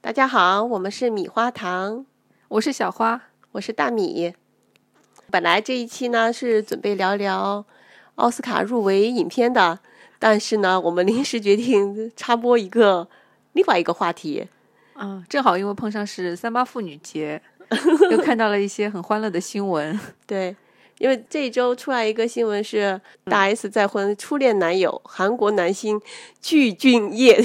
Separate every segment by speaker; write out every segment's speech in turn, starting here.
Speaker 1: 大家好，我们是米花糖，
Speaker 2: 我是小花。
Speaker 1: 我是大米。本来这一期呢是准备聊聊奥斯卡入围影片的，但是呢，我们临时决定插播一个另外一个话题。
Speaker 2: 啊，正好因为碰上是三八妇女 节，又看到了一些很欢乐的新闻。
Speaker 1: 对，因为这一周出来一个新闻是大 S 再婚初恋男友韩国男星具俊晔，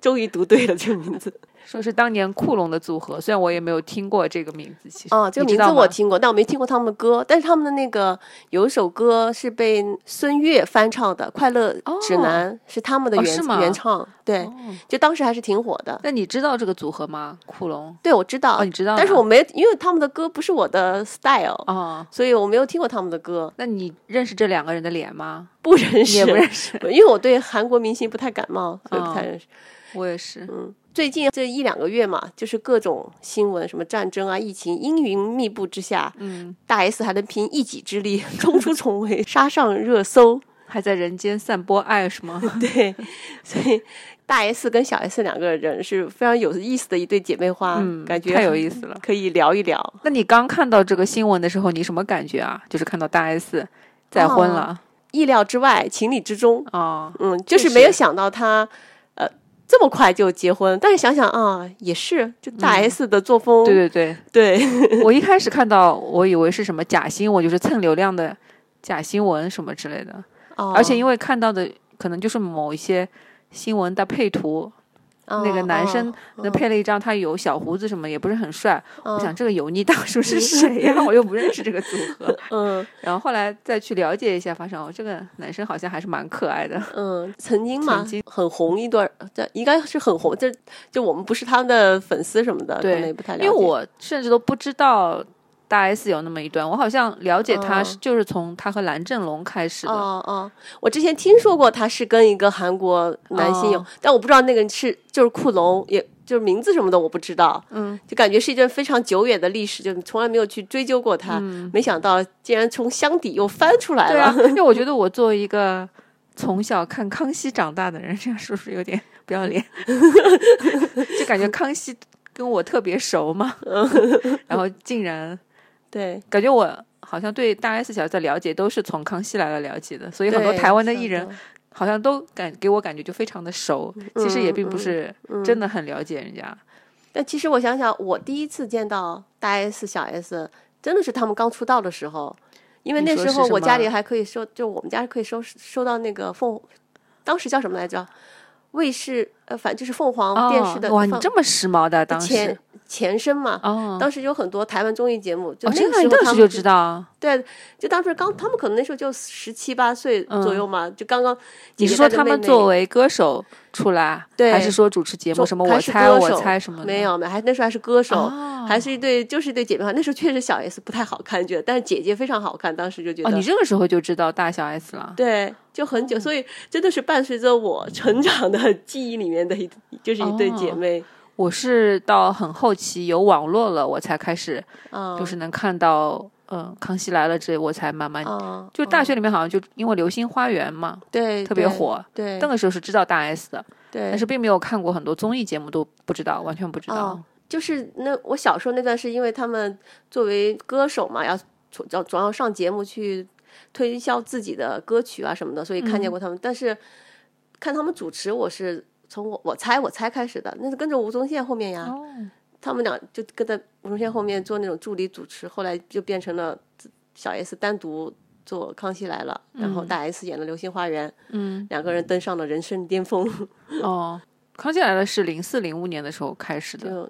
Speaker 1: 终于读对了这个名字。
Speaker 2: 说是当年库龙的组合，虽然我也没有听过这个名字，其实
Speaker 1: 哦，这个
Speaker 2: 你
Speaker 1: 名
Speaker 2: 知
Speaker 1: 字
Speaker 2: 道吗
Speaker 1: 我听过，但我没听过他们的歌。但是他们的那个有一首歌是被孙悦翻唱的，《快乐指南》是他们的
Speaker 2: 哦
Speaker 1: 原、
Speaker 2: 是吗
Speaker 1: 原唱，对、
Speaker 2: 哦
Speaker 1: 就当时还是挺火的。
Speaker 2: 那你知道这个组合吗？库龙
Speaker 1: 对，我知道，
Speaker 2: 哦，你知道的，
Speaker 1: 但是我没，因为他们的歌不是我的 style，、
Speaker 2: 哦，
Speaker 1: 所以我没有听过他们的歌，
Speaker 2: 那你认识这两个人的脸吗？
Speaker 1: 不认
Speaker 2: 你
Speaker 1: 识，
Speaker 2: 也不认识， 哦
Speaker 1: 因为我对韩国明星不太感冒，所以不太认识。
Speaker 2: 我也是。
Speaker 1: 嗯，最近这一两个月嘛，就是各种新闻，什么战争啊、疫情，阴云密布之下，
Speaker 2: 嗯，
Speaker 1: 大 S 还能凭一己之力 冲出重围，杀上热搜。
Speaker 2: 还在人间散播爱是吗？
Speaker 1: 对，所以大 S 跟小 S 两个人是非常有意思的一对姐妹花，
Speaker 2: 嗯，
Speaker 1: 啊感觉
Speaker 2: 太有意思了。
Speaker 1: 可以聊一聊。
Speaker 2: 那你刚看到这个新闻的时候，你什么感觉啊？就是看到大 S
Speaker 1: 哦
Speaker 2: 再婚了
Speaker 1: 意料之外，情理之中。
Speaker 2: 哦
Speaker 1: 嗯，就是
Speaker 2: 确实
Speaker 1: 没有想到他，呃，这么快就结婚。但是想想啊，也是，就大 S 的作风，
Speaker 2: 嗯对对对，
Speaker 1: 对
Speaker 2: 我一开始看到，我以为是什么假新闻，就是蹭流量的假新闻什么之类的。
Speaker 1: 哦
Speaker 2: 而且因为看到的可能就是某一些新闻的配图，
Speaker 1: 哦
Speaker 2: 那个男生
Speaker 1: 哦
Speaker 2: 那配了一张他有小胡子什么，也不是很帅。
Speaker 1: 哦
Speaker 2: 我想这个油腻大叔是谁呀、我又不认识这个组 合。
Speaker 1: 嗯
Speaker 2: 然后后来再去了解一下，发现哦，这个男生好像还是蛮可爱的。
Speaker 1: 嗯，曾经嘛，
Speaker 2: 曾经
Speaker 1: 很红一段儿，这应该是很红。这就我们不是他们的粉丝什么的，可
Speaker 2: 对
Speaker 1: 能也不太了解。
Speaker 2: 因为我甚至都不知道大 S 有那么一段，我好像了解他
Speaker 1: 哦
Speaker 2: 是就是从他和蓝正龙开始的。
Speaker 1: 哦哦，我之前听说过他是跟一个韩国男星有，
Speaker 2: 哦
Speaker 1: 但我不知道那个人是就是库龙，也就是名字什么的我不知道，
Speaker 2: 嗯，
Speaker 1: 就感觉是一件非常久远的历史，就从来没有去追究过他，没想到竟然从箱底又翻出来
Speaker 2: 嗯对
Speaker 1: 了。
Speaker 2: 啊，因为我觉得我作为一个从小看康熙长大的人，这样是不是有点不要脸？ 就感觉康熙跟我特别熟嘛，
Speaker 1: 嗯
Speaker 2: 然后竟然
Speaker 1: 对
Speaker 2: 感觉我好像对大 S 小 S 的了解都是从康熙来了了解的，所以很多
Speaker 1: 对
Speaker 2: 台湾的艺
Speaker 1: 是
Speaker 2: 人好像都感给我感觉就非常的熟，
Speaker 1: 嗯
Speaker 2: 其实也并不是真的很了解人家。
Speaker 1: 但其实我想想，我第一次见到大 S、小 S，真的是他们刚出道的时候，因为
Speaker 2: 你
Speaker 1: 那
Speaker 2: 说
Speaker 1: 时
Speaker 2: 是
Speaker 1: 候
Speaker 2: 什
Speaker 1: 我家里
Speaker 2: 么
Speaker 1: 还可以收，就我们家可以收收到那个凤，当时叫什么来着？卫视呃，反正就是凤凰电视的、
Speaker 2: 哦哇，你
Speaker 1: 放
Speaker 2: 这么时髦的当时
Speaker 1: 前前身嘛。
Speaker 2: 哦，
Speaker 1: 当时有很多台湾综艺节目，就
Speaker 2: 哦，
Speaker 1: 那
Speaker 2: 这
Speaker 1: 个
Speaker 2: 个
Speaker 1: 时
Speaker 2: 你
Speaker 1: 候
Speaker 2: 当
Speaker 1: 他们
Speaker 2: 时就知道，
Speaker 1: 对，就当时刚他们可能那时候就十七八岁
Speaker 2: 嗯
Speaker 1: 左右嘛，就刚刚姐
Speaker 2: 你
Speaker 1: 姐
Speaker 2: 是
Speaker 1: 带
Speaker 2: 说
Speaker 1: 着
Speaker 2: 他们
Speaker 1: 妹妹
Speaker 2: 作为歌手出来，啊
Speaker 1: 对
Speaker 2: 还是说主持节目
Speaker 1: 做
Speaker 2: 什么
Speaker 1: 还
Speaker 2: 我
Speaker 1: 是
Speaker 2: 猜
Speaker 1: 歌
Speaker 2: 我
Speaker 1: 手
Speaker 2: 猜什么的？
Speaker 1: 没有没有，还那时候还是歌手，
Speaker 2: 哦
Speaker 1: 还是一对就是一对姐妹花。那时候确实小 S 不太好看，觉得，但是姐姐非常好看，当时就觉
Speaker 2: 哦，
Speaker 1: 得、
Speaker 2: 你哦这个时候就知道大小 S 了。
Speaker 1: 对，就很久，所以真的是伴随着我成长的记忆里面的一就是一对
Speaker 2: 哦
Speaker 1: 姐妹
Speaker 2: 我是到很后期有网络了，我才开始
Speaker 1: 啊，
Speaker 2: 就是能看到，嗯，《康熙来了》之类，我才慢慢。
Speaker 1: 啊，
Speaker 2: 就大学里面好像就因为《流星花园》嘛，
Speaker 1: 对
Speaker 2: 特别，火。
Speaker 1: 对
Speaker 2: 那
Speaker 1: 对
Speaker 2: 个时候是知道大 S 的，
Speaker 1: 对，
Speaker 2: 但是并没有看过很多综艺节目，都不知道，完全不知道
Speaker 1: 哦。就是那我小时候那段是因为他们作为歌手嘛，要总要总要上节目去推销自己的歌曲啊什么的，所以看
Speaker 2: 嗯
Speaker 1: 见过他们。但是看他们主持，我是从我我猜我猜开始的，那是跟着吴宗宪后面呀，
Speaker 2: 哦，
Speaker 1: 他们俩就跟在吴宗宪后面做那种助理主持，后来就变成了小 S 单独做《康熙来了》，然后大 S 演了《流星花园》，
Speaker 2: 嗯，
Speaker 1: 两个人登上了人生巅峰。
Speaker 2: 哦，《康熙来了》是零四零五年的时候开始的，
Speaker 1: 就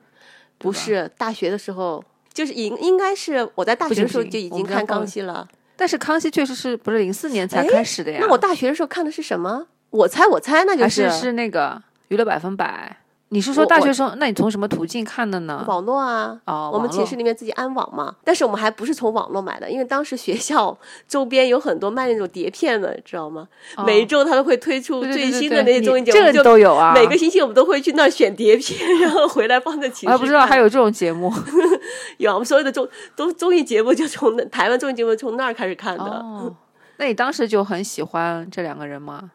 Speaker 1: 不
Speaker 2: 吧
Speaker 1: 是大学的时候，就是应应该是我在大
Speaker 2: 不
Speaker 1: 学
Speaker 2: 行
Speaker 1: 的时候
Speaker 2: 不行
Speaker 1: 就已
Speaker 2: 我
Speaker 1: 经
Speaker 2: 们要
Speaker 1: 看
Speaker 2: 放
Speaker 1: 康熙了。
Speaker 2: 但是康熙确实是不是零四年才
Speaker 1: 哎
Speaker 2: 开始的呀？
Speaker 1: 那我大学的时候看的是什么？我猜，我猜，那就
Speaker 2: 还啊是
Speaker 1: 是
Speaker 2: 是那个娱乐百分百？你是说
Speaker 1: 我
Speaker 2: 大
Speaker 1: 我
Speaker 2: 学生？那你从什么途径看的呢？
Speaker 1: 网络啊。
Speaker 2: 嗯哦，
Speaker 1: 我们
Speaker 2: 网
Speaker 1: 寝
Speaker 2: 络
Speaker 1: 室里面自己安网嘛，但是我们还不是从网络买的，因为当时学校周边有很多卖那种碟片的，知道吗？
Speaker 2: 哦
Speaker 1: 每周他都会推出
Speaker 2: 对对
Speaker 1: 最
Speaker 2: 对
Speaker 1: 新
Speaker 2: 对
Speaker 1: 的那些
Speaker 2: 你
Speaker 1: 综艺节目，
Speaker 2: 这个
Speaker 1: 就
Speaker 2: 都有啊。
Speaker 1: 每个星期我们都会去那儿选碟片，然后回来放在寝室。
Speaker 2: 我还啊不知道还有这种节目。
Speaker 1: 有啊我们所有的综都综艺节目就从那台湾综艺节目从那儿开始看的。
Speaker 2: 哦，那你当时就很喜欢这两个人吗？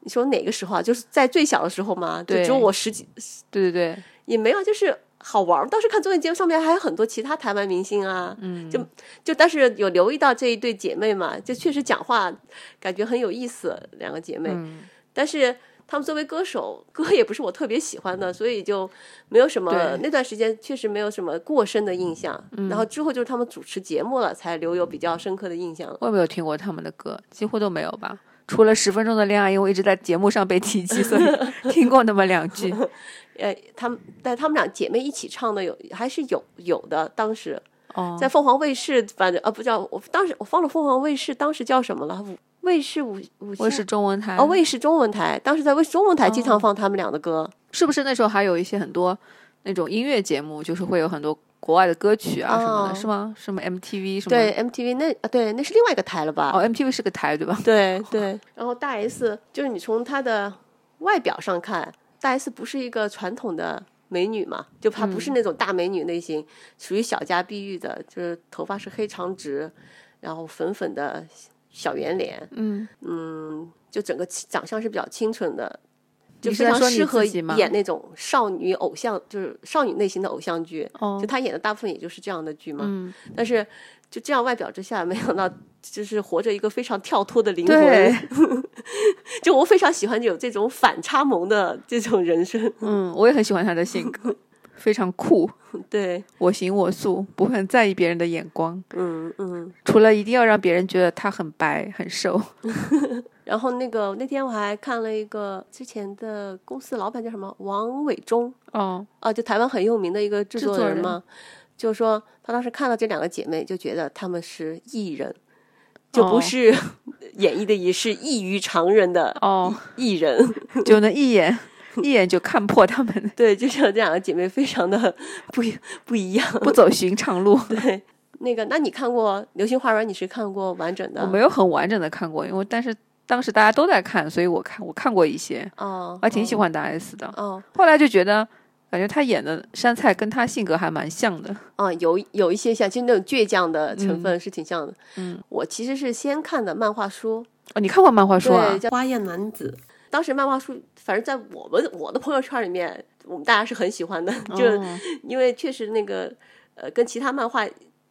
Speaker 1: 你说哪个时候啊？就是在最小的时候嘛，就
Speaker 2: 对
Speaker 1: 只有我十几，
Speaker 2: 对对对，
Speaker 1: 也没有，就是好玩儿。当时看综艺节目上面还有很多其他台湾明星啊，嗯，就就但是有留意到这一对姐妹嘛，就确实讲话感觉很有意思，两个姐妹。
Speaker 2: 嗯
Speaker 1: 但是她们作为歌手，歌也不是我特别喜欢的，所以就没有什么
Speaker 2: 嗯对嗯
Speaker 1: 那段时间确实没有什么过深的印象。然后之后就是她们主持节目了，才留有比较深刻的印象了。
Speaker 2: 我也没有听过他们的歌，几乎都没有吧。除了十分钟的恋爱，因为我一直在节目上被提及，所以听过那么两句。
Speaker 1: 呃，她们但她们俩姐妹一起唱的有还是有有的，当时
Speaker 2: 哦，
Speaker 1: 在凤凰卫视，反正啊，不知道我当时我放了凤凰卫视，当时叫什么了？五卫视五五星
Speaker 2: 我是中文台
Speaker 1: 啊，卫视中文台，哦当时在卫视中文台经常放他们俩的歌。
Speaker 2: 是不是那时候还有一些很多那种音乐节目，就是会有很多国外的歌曲啊什么的，
Speaker 1: 哦
Speaker 2: 是吗？什么 MTV 什么？
Speaker 1: 对 MTV 那啊，对，那是另外一个台了吧？
Speaker 2: 哦，MTV 是个台对吧？
Speaker 1: 对对。然后大 S 就是你从她的外表上看，大 S 不是一个传统的美女嘛，就她不
Speaker 2: 嗯
Speaker 1: 是那种大美女类型，属于小家碧玉的，就是头发是黑长直，然后粉粉的小圆脸，
Speaker 2: 嗯，
Speaker 1: 嗯，就整个气长相是比较清纯的，就
Speaker 2: 你
Speaker 1: 非
Speaker 2: 是在
Speaker 1: 常
Speaker 2: 说你
Speaker 1: 适合
Speaker 2: 自己吗
Speaker 1: 演那种少女偶像，就是少女类型的偶像剧。
Speaker 2: 哦
Speaker 1: 就，她演的大部分也就是这样的剧嘛。
Speaker 2: 嗯，
Speaker 1: 但是就这样外表之下，没想到就是活着一个非常跳脱的灵
Speaker 2: 对
Speaker 1: 魂。， 就我非常喜欢有这种反差萌的这种人生。
Speaker 2: 嗯，我也很喜欢他的性格，非常酷，
Speaker 1: 对，
Speaker 2: 我行我素，不会很在意别人的眼光，
Speaker 1: 嗯嗯。
Speaker 2: 除了一定要让别人觉得他很白很瘦。
Speaker 1: 然后那个那天我还看了一个之前的公司老板叫什么王伟忠，
Speaker 2: 哦，
Speaker 1: 啊，就台湾很有名的一个制
Speaker 2: 制
Speaker 1: 作
Speaker 2: 作
Speaker 1: 人
Speaker 2: 人
Speaker 1: 嘛，就说他当时看到这两个姐妹，就觉得她们是艺人，就不
Speaker 2: 哦
Speaker 1: 是 演绎的也是异于常人的
Speaker 2: 哦，
Speaker 1: 艺人。
Speaker 2: 就能一眼一眼就看破他们
Speaker 1: 对，就像这两个姐妹非常的 不一不一样。
Speaker 2: 不走寻 常路。
Speaker 1: 对，那个，那你看过《流星花园》？你是看过完整的？
Speaker 2: 我没有很完整的看过，因为但是当时大家都在看，所以我看我看过一些，
Speaker 1: 哦，
Speaker 2: 我还挺喜
Speaker 1: 欢。
Speaker 2: 欢大 S 的。
Speaker 1: 哦
Speaker 2: 后来就觉得，感觉她演的杉菜跟她性格还蛮像的。
Speaker 1: 啊，有有一些像，就那种倔强的成分是挺像的。
Speaker 2: 嗯，
Speaker 1: 我其实是先看的漫画书，
Speaker 2: 哦，你看过漫画书啊
Speaker 1: 对，？叫《花样男子》。当时漫画书，反正在我们我的朋友圈里面，我们大家是很喜欢的，就
Speaker 2: 哦
Speaker 1: 因为确实那个呃，跟其他漫画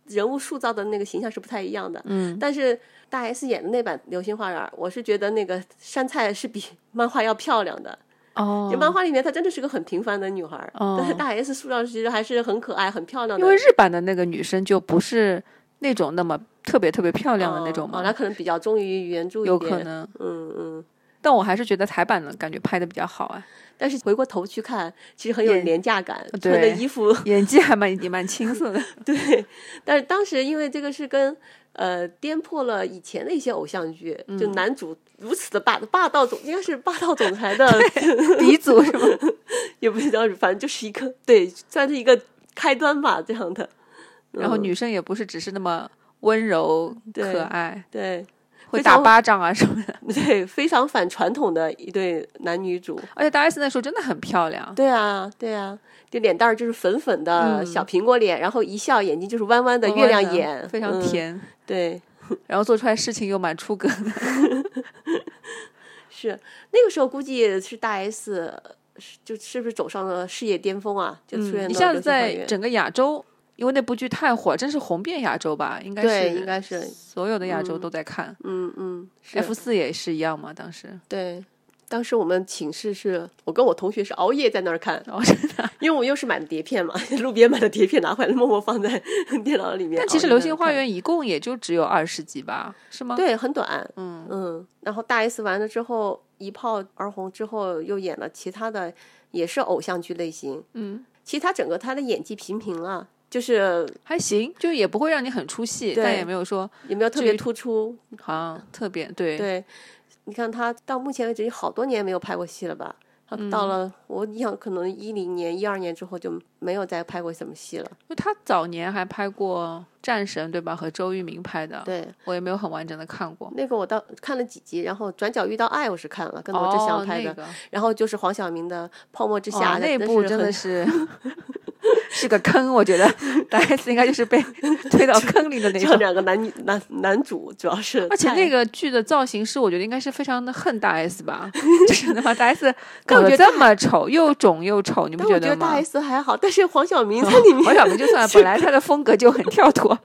Speaker 1: 人物塑造的那个形象是不太一样的。
Speaker 2: 嗯，
Speaker 1: 但是大 S 演的那版《流星花园》，我是觉得那个杉菜是比 漫画要漂亮的。
Speaker 2: 哦
Speaker 1: 就，漫画里面，她真的是个很平凡的女孩儿，
Speaker 2: 哦
Speaker 1: 但是 大 S 塑造其实还是很可爱、很漂亮的。
Speaker 2: 因为日版的那个女生就不是那种那么特别特别漂亮的那种
Speaker 1: 哦，
Speaker 2: 嘛，
Speaker 1: 那可能比较忠于原著一点。
Speaker 2: 有可，能。
Speaker 1: 嗯嗯。
Speaker 2: 但我还是觉得台版的感觉拍的比较好啊，
Speaker 1: 但是回过头去看，其实很有
Speaker 2: 也
Speaker 1: 廉价感，
Speaker 2: 对
Speaker 1: 穿的衣服
Speaker 2: 演技还蛮也蛮青涩的。
Speaker 1: 对，但是当时因为这个是跟呃颠破了以前的一些偶像剧，就
Speaker 2: 嗯
Speaker 1: 男主如此的霸霸道总，应该是霸道总裁的，
Speaker 2: 鼻祖是吗？
Speaker 1: 也不知道，反正就是一个对，算是一个开端吧，这样的。
Speaker 2: 然后
Speaker 1: 嗯
Speaker 2: 女生也不是只是那么温柔
Speaker 1: 对
Speaker 2: 可爱，
Speaker 1: 对
Speaker 2: 会
Speaker 1: 非
Speaker 2: 打
Speaker 1: 常
Speaker 2: 巴掌啊什么的。
Speaker 1: 对非常反传统的一对男女主，
Speaker 2: 而且大 S 那时候真的很漂亮，
Speaker 1: 对啊对啊，这脸蛋儿就是粉粉的
Speaker 2: 嗯
Speaker 1: 小苹果脸，然后一笑眼睛就是弯弯的
Speaker 2: 弯
Speaker 1: 月亮
Speaker 2: 弯的
Speaker 1: 眼，
Speaker 2: 非常
Speaker 1: 嗯。
Speaker 2: 甜。
Speaker 1: 对，
Speaker 2: 然后做出来事情又蛮出格的，
Speaker 1: 是那个时候估计是大 S 是就是不是走上了事业巅峰啊？ 就出现了
Speaker 2: 嗯一下子
Speaker 1: 流星花
Speaker 2: 在
Speaker 1: 园
Speaker 2: 整个亚洲，因为那部剧太火，真是红遍亚洲吧？应该
Speaker 1: 对，
Speaker 2: 是，
Speaker 1: 应该是
Speaker 2: 所有的亚洲都在看。
Speaker 1: 嗯嗯是
Speaker 2: F 四也是一样嘛，当时。
Speaker 1: 对。当时我们寝室是我跟我同学是熬夜在那儿看，
Speaker 2: 哦，真的。
Speaker 1: 因为我又是买的碟片嘛， 路边买的碟片拿回来，默默放在 电脑里面。
Speaker 2: 但其实《
Speaker 1: 熬
Speaker 2: 流
Speaker 1: 夜在那
Speaker 2: 星
Speaker 1: 儿
Speaker 2: 花
Speaker 1: 看
Speaker 2: 园》一共也就只有二十集吧，是吗？
Speaker 1: 对很短，
Speaker 2: 嗯，
Speaker 1: 嗯，然后大 S 完了之后一炮而红之后，又演了其他的，也是偶像剧类型。
Speaker 2: 嗯，
Speaker 1: 其实她整个她的演技平平啊，就是
Speaker 2: 还行，就也不会让你很出戏，
Speaker 1: 对
Speaker 2: 但也没有说
Speaker 1: 也没有特
Speaker 2: 至
Speaker 1: 别
Speaker 2: 于
Speaker 1: 突出，
Speaker 2: 好像特别对。
Speaker 1: 对，你看他到目前为止有好多年没有拍过戏了吧？他
Speaker 2: 嗯
Speaker 1: 到了、我印象可能一零年、一二年之后就没有再拍过什么戏了。
Speaker 2: 因为他早年还拍过《战神》，对吧？和周渝民拍的，
Speaker 1: 对，
Speaker 2: 我也没有很完整的看过。
Speaker 1: 那个我到看了几集，然后《转角遇到爱》我是看了，跟罗志
Speaker 2: 哦
Speaker 1: 祥，拍的，
Speaker 2: 那个
Speaker 1: 然后就是黄晓明的《泡沫之夏》
Speaker 2: 啊哦那
Speaker 1: 但
Speaker 2: 部
Speaker 1: 是
Speaker 2: 真的
Speaker 1: 很
Speaker 2: 是，是个坑，我觉得大 S 应该就 是被推到坑里的那
Speaker 1: 这
Speaker 2: 种。
Speaker 1: 两个男女男男主主要是太，
Speaker 2: 而且那
Speaker 1: 个
Speaker 2: 个剧的造型师，我觉得应该是非常的恨大 S 吧，就是能把大 S 搞
Speaker 1: 但我
Speaker 2: 得
Speaker 1: 觉得
Speaker 2: 这么丑，又肿又丑，你不
Speaker 1: 但我觉
Speaker 2: 得
Speaker 1: 得大
Speaker 2: 吗？
Speaker 1: S 还好，但是黄晓 明在里面、
Speaker 2: 黄晓明就 算了，本来他的风格就很跳脱，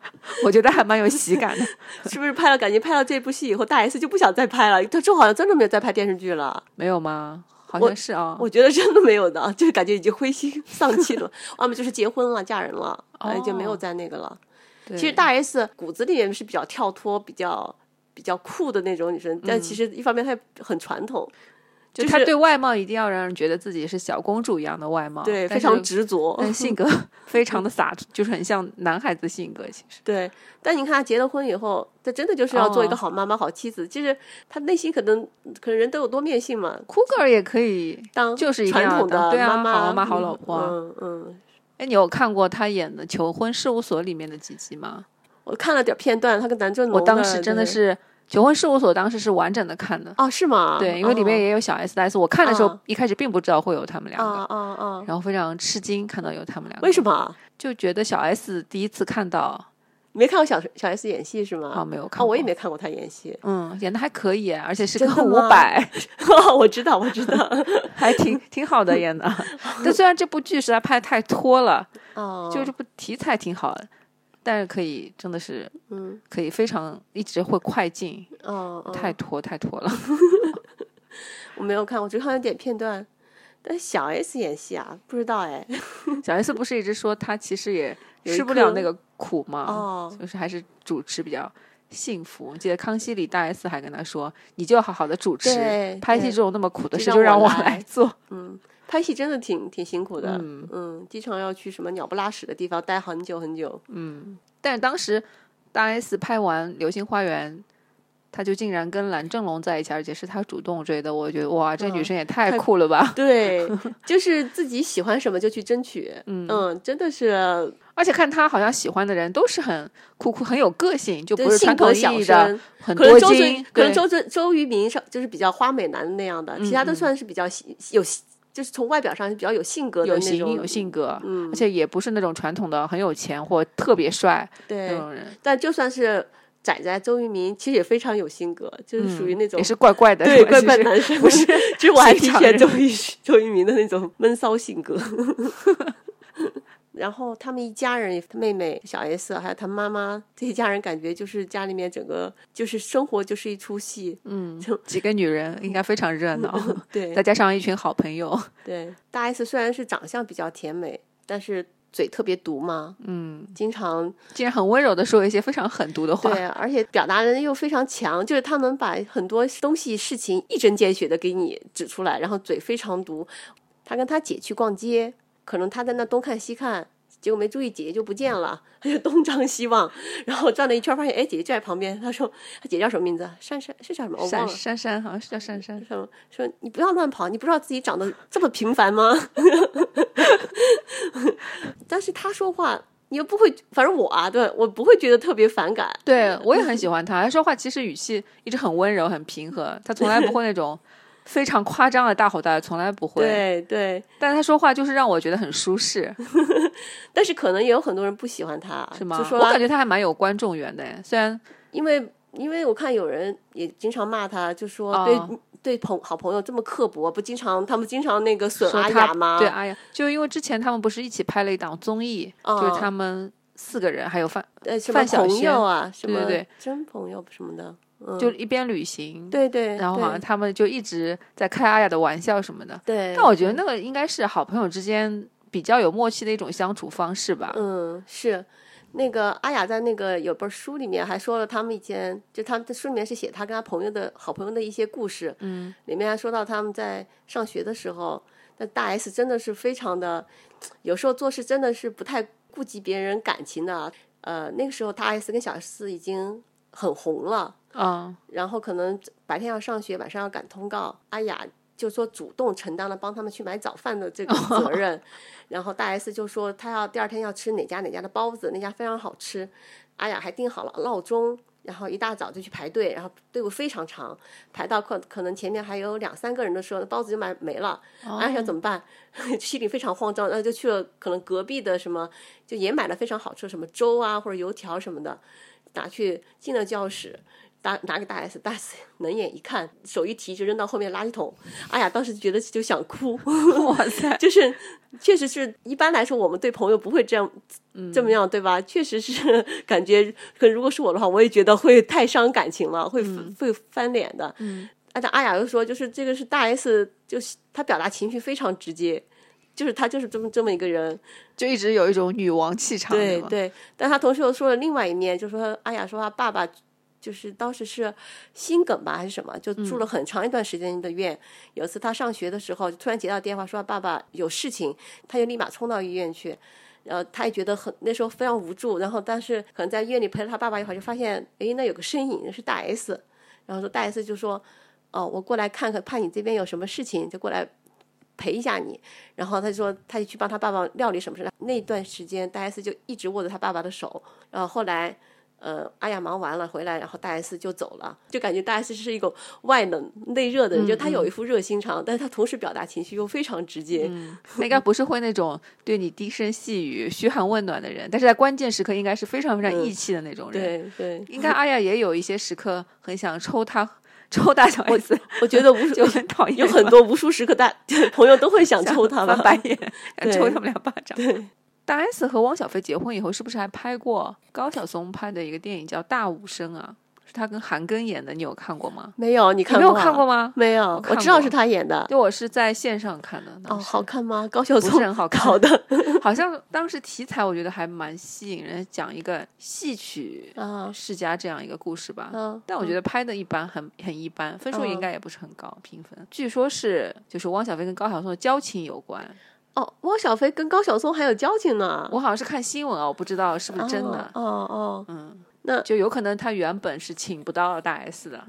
Speaker 2: 我觉得还蛮有喜感的。
Speaker 1: 是不是拍了？感觉拍了这部戏以后，大 S 就不想再拍了。他之后好像真的没有再拍电视剧了，
Speaker 2: 没有吗？好
Speaker 1: 我
Speaker 2: 像是啊、
Speaker 1: 我觉得真的没有的，就是感觉已经灰心丧气了。 要么就是结婚了，嫁人了，哎，就没有
Speaker 2: 哦
Speaker 1: 再那个了。
Speaker 2: 对
Speaker 1: 其实大 S 骨子里面是比较跳脱、比较比较酷的那种女生，但其实一方面她也很传统，
Speaker 2: 嗯就
Speaker 1: 就
Speaker 2: 她
Speaker 1: 是
Speaker 2: 对外貌一定要让人觉得自己是小公主一样的外貌，
Speaker 1: 对，
Speaker 2: 但
Speaker 1: 非
Speaker 2: 是
Speaker 1: 常执着。
Speaker 2: 但性格 非常的洒脱，就是很像男孩子性格。其实
Speaker 1: 对，但你看她结了婚以后，她真的就是要做一个
Speaker 2: 哦
Speaker 1: 好妈妈、好妻子。其实她内心可能可能人都有多面性嘛，
Speaker 2: 酷 girl 也可以，
Speaker 1: 当
Speaker 2: 就是一定
Speaker 1: 传
Speaker 2: 要
Speaker 1: 统的
Speaker 2: 当对啊
Speaker 1: 妈妈、
Speaker 2: 好妈妈好老婆啊
Speaker 1: 嗯嗯嗯
Speaker 2: 哎，你有看过她演的《求婚事务所》里面的几集吗？
Speaker 1: 我看了点片段，她跟南正龙，
Speaker 2: 我当时真的
Speaker 1: 对
Speaker 2: 是《求婚事务所》，当时是完整的看的，
Speaker 1: 哦，是吗？
Speaker 2: 对，因为里面也有小 S 大 S。我看的时候
Speaker 1: 哦
Speaker 2: 一开始并不知道会有他们两
Speaker 1: 啊
Speaker 2: 个，
Speaker 1: 啊啊，
Speaker 2: 然后非常吃惊看到有他们两个，
Speaker 1: 为什么
Speaker 2: 就觉得小 S 第一次看到
Speaker 1: 没看过小小 S 演戏是吗？
Speaker 2: 啊，没有
Speaker 1: 啊，
Speaker 2: 看过，
Speaker 1: 我也没看过她演戏。
Speaker 2: 嗯，演的还可以，而且是
Speaker 1: 真
Speaker 2: 跟
Speaker 1: 的
Speaker 2: 伍
Speaker 1: 吗
Speaker 2: 佰，
Speaker 1: 我知道，我知道。
Speaker 2: 还挺挺好 的演的。但虽然这部剧实在拍得太拖了，
Speaker 1: 哦，
Speaker 2: 就这部题材挺好的，但是可以真的是
Speaker 1: 嗯，
Speaker 2: 可以非常一直会快进，
Speaker 1: 哦，哦
Speaker 2: 太拖太拖了。
Speaker 1: 我没有看，我只看了点片段。但小 S 演戏啊，不知道 哎。
Speaker 2: 小 S 不是一直说她其 实也
Speaker 1: 有一
Speaker 2: 吃不了
Speaker 1: 颗
Speaker 2: 那个苦吗？
Speaker 1: 哦，
Speaker 2: 就是还是主持比较。幸福，我记得《康熙》里大 S 还跟她说：“你就好好的主持
Speaker 1: 对，
Speaker 2: 拍戏
Speaker 1: 对
Speaker 2: 这种那么苦的
Speaker 1: 就
Speaker 2: 事
Speaker 1: 让
Speaker 2: 就让
Speaker 1: 我
Speaker 2: 我
Speaker 1: 来
Speaker 2: 来做。
Speaker 1: 嗯，拍戏真的挺挺辛苦的。
Speaker 2: 嗯
Speaker 1: 嗯，经常要去什么鸟不拉屎的地方待很久很 久。
Speaker 2: 但是当时大 S 拍完《流星花园》，她就竟然跟蓝正龙在一起，而且是她主动追的。我觉得哇，这
Speaker 1: 嗯
Speaker 2: 女生也太
Speaker 1: 太
Speaker 2: 酷了吧！
Speaker 1: 对，就是自己喜欢什么就去争取。嗯真的是
Speaker 2: 而且看她好像喜欢的人都是很酷酷、很有个性，就不
Speaker 1: 就是性
Speaker 2: 传统
Speaker 1: 格
Speaker 2: 意
Speaker 1: 小
Speaker 2: 义的
Speaker 1: 生，
Speaker 2: 很
Speaker 1: 可能
Speaker 2: 多
Speaker 1: 周
Speaker 2: 金
Speaker 1: 尊，，可能
Speaker 2: 对嗯
Speaker 1: 周尊周渝民上就是比较花美男那样的，其他都算是比较喜有，就是从外表上是比较有性格的
Speaker 2: 有
Speaker 1: 那
Speaker 2: 型
Speaker 1: 种。嗯
Speaker 2: 有性格，而且也不是那种传统的很有钱或特别帅
Speaker 1: 对
Speaker 2: 那，种人，
Speaker 1: 但就算是仔仔周渝民，其实也非常有性格，就是属于那种、
Speaker 2: 嗯也是怪怪的，
Speaker 1: 对 怪
Speaker 2: 是吧
Speaker 1: 怪
Speaker 2: 其实
Speaker 1: 男生，不是？其实我还挺喜欢
Speaker 2: 非
Speaker 1: 周
Speaker 2: 常
Speaker 1: 渝周渝民的那种闷骚性格。 然后他们一家人，他妹妹小 S 还有他妈妈，这一家人感觉就是家里面整个就是生活就是一出戏。
Speaker 2: 嗯，几个女人应该非常热闹，
Speaker 1: 对
Speaker 2: 再加上一群好朋友，
Speaker 1: 对，大 S 虽然是长相比较甜美，但是嘴特别毒嘛，嗯，经常
Speaker 2: 竟然很温柔的说一些非常狠毒的话，
Speaker 1: 对，而且表达能力又非常强，就是他能把很多东西、事情一针见血的给你指出来，然后嘴非常毒。他跟他姐去逛街，可能他在那东看西看，结果没注意姐姐就不见了， 他就东张西望，然后转了一圈，发现哎，姐姐就在旁边。他说，他姐叫什么名字啊？珊珊是叫什么？我忘
Speaker 2: 珊
Speaker 1: 了。
Speaker 2: 珊珊好像是叫珊珊，
Speaker 1: 什么说你不要乱跑，你不知道自己长得这么平凡吗？ 但是他说话，你又不会，反正我啊，对我不会觉得特别反感。
Speaker 2: 对我也很喜欢他。他说话其实语气一直很温柔、很平和，他从来不会那种非常夸张的大吼大叫，从来不会。
Speaker 1: 对对，
Speaker 2: 但是他说话就是让我觉得很舒适，
Speaker 1: 但是可能也有很多人不喜欢他，啊
Speaker 2: 是吗？
Speaker 1: 就
Speaker 2: 我感
Speaker 1: 说
Speaker 2: 觉他还蛮有观众缘的，虽然
Speaker 1: 因为因为我看有人也经常骂他，就说
Speaker 2: 哦
Speaker 1: 对、对朋好朋友这么刻薄，不经常他们经常那个损
Speaker 2: 说
Speaker 1: 阿
Speaker 2: 他
Speaker 1: 雅吗？
Speaker 2: 对啊阿雅，就因为之前他们不是一起拍了一档综艺，就是
Speaker 1: 哦
Speaker 2: 他们四个人还有范，
Speaker 1: 呃，什么
Speaker 2: 范晓
Speaker 1: 朋
Speaker 2: 萱
Speaker 1: 友啊，什
Speaker 2: 对
Speaker 1: 么
Speaker 2: 对对
Speaker 1: 真朋友什么的，嗯，
Speaker 2: 就一边旅行，
Speaker 1: 对对，
Speaker 2: 然后好像他们就一直在开阿雅的玩笑什么的。
Speaker 1: 对，对
Speaker 2: 但我觉得那个应该是好朋友之间比较有默契的一种相处方式吧。
Speaker 1: 嗯，是那个阿雅在那个有本书里面还说了，他们以前就他们这书里面是写他跟他朋友的好朋友的一些故事，嗯，里面还说到他们在上学的时候，那大 S 真的是非常的，有时候做事真的是不太顾及别人感情的啊，呃，那个时候大 S 跟小 S 已经很红了，
Speaker 2: 嗯，
Speaker 1: 然后可能白天要上学，晚上要赶通告。阿雅就说主动承担了帮他们去买早饭的这个责任，然后大 S 就哎说她要第二天要吃哪家哪家的包子，那家非常好吃。阿雅还定好了闹钟，然后一大早就去排队，然后队伍非常长，排到可可能前面还有两三个人的时候，包子就买没了，哎呀怎么办？ 心里非常慌张，然后就去了可能隔壁的什么，就也买了非常好吃的什么粥啊或者油条什么的，拿去进了教室。拿拿给大 S，大 S 冷眼一看，手一提就扔到后面垃圾桶。哎呀，当时觉得就想哭，
Speaker 2: 哇塞，
Speaker 1: 就是确实是一般来说我们对朋友不会这样这么样，对吧？确实是 感觉，可如果是我的话，我也觉得会太伤感情了，会、会翻脸的。
Speaker 2: 嗯，
Speaker 1: 而且阿雅又说，就是这个是大 S，就是她表达情绪非常直接，就是她就是这么这么一个人。
Speaker 2: 就一直有一种女王气场，
Speaker 1: 对
Speaker 2: 吧，
Speaker 1: 对，但她同时又说了另外一面，就说阿雅说她爸爸。就是当时是心梗吧还是什么，就住了很长一段时间的院。有一次她上学的时候，就突然接到电话说她啊爸爸有事情，她就立马冲到医院去。然后她也觉得很那时候非常无助，然后但是可能在医院里陪了她爸爸一会儿，就发现诶那有个身影是大 S，然后说大 S 就说哦我过来看看，怕你这边有什么事情，就过来陪一下你。然后她就说她就去帮她爸爸料理什么事。那段时间大 S 就一直握着她爸爸的手，然后后来。呃，阿雅忙完了回来，然后大 S 就走了，就感觉大 S 是一个外 冷内热
Speaker 2: 嗯
Speaker 1: 的人，就她有一副热心肠，但是她同时表达情绪又非常直接，
Speaker 2: 她应该不是会那种对你低声细语、嘘寒问暖的人，但是在关键时刻应该是非常非常义气的那种人。
Speaker 1: 嗯对对，
Speaker 2: 应该阿雅也有一些时刻很想抽她，抽大小 S，
Speaker 1: 我觉得无数
Speaker 2: 就很讨厌，
Speaker 1: 有很多无数时刻大 朋友都会想抽她吧
Speaker 2: 翻，白眼，想
Speaker 1: 对
Speaker 2: 抽他们俩巴掌。
Speaker 1: 对
Speaker 2: 大 S 和汪小菲结婚以后，是不是还拍过高晓松拍的一个电影叫《大武生》啊？是他跟韩庚演的，你有看过吗？
Speaker 1: 没有，你
Speaker 2: 你
Speaker 1: 看
Speaker 2: 没有
Speaker 1: 啊
Speaker 2: 看过？吗？
Speaker 1: 没有，
Speaker 2: 看
Speaker 1: 我知道
Speaker 2: 过
Speaker 1: 是她演的。
Speaker 2: 对，我是在线上看的。
Speaker 1: 哦，
Speaker 2: 当时
Speaker 1: 好看吗？高晓
Speaker 2: 不是
Speaker 1: 松
Speaker 2: 很好看，
Speaker 1: 搞的
Speaker 2: 好像当时题材我觉得还蛮吸引人，讲一个戏曲
Speaker 1: 啊，
Speaker 2: 世家这样一个故事吧。
Speaker 1: 嗯，
Speaker 2: 但我觉得拍的一般，很很一般，分数应该也不是很高，评分。据说是就是汪小菲跟高晓松的交情有关，
Speaker 1: 哦，汪小菲跟高晓松还有交情呢，
Speaker 2: 我好像是看新闻啊，我不知道是不是真的。
Speaker 1: 哦哦
Speaker 2: 嗯，
Speaker 1: 那
Speaker 2: 就有可能他原本是请不到大 S 的，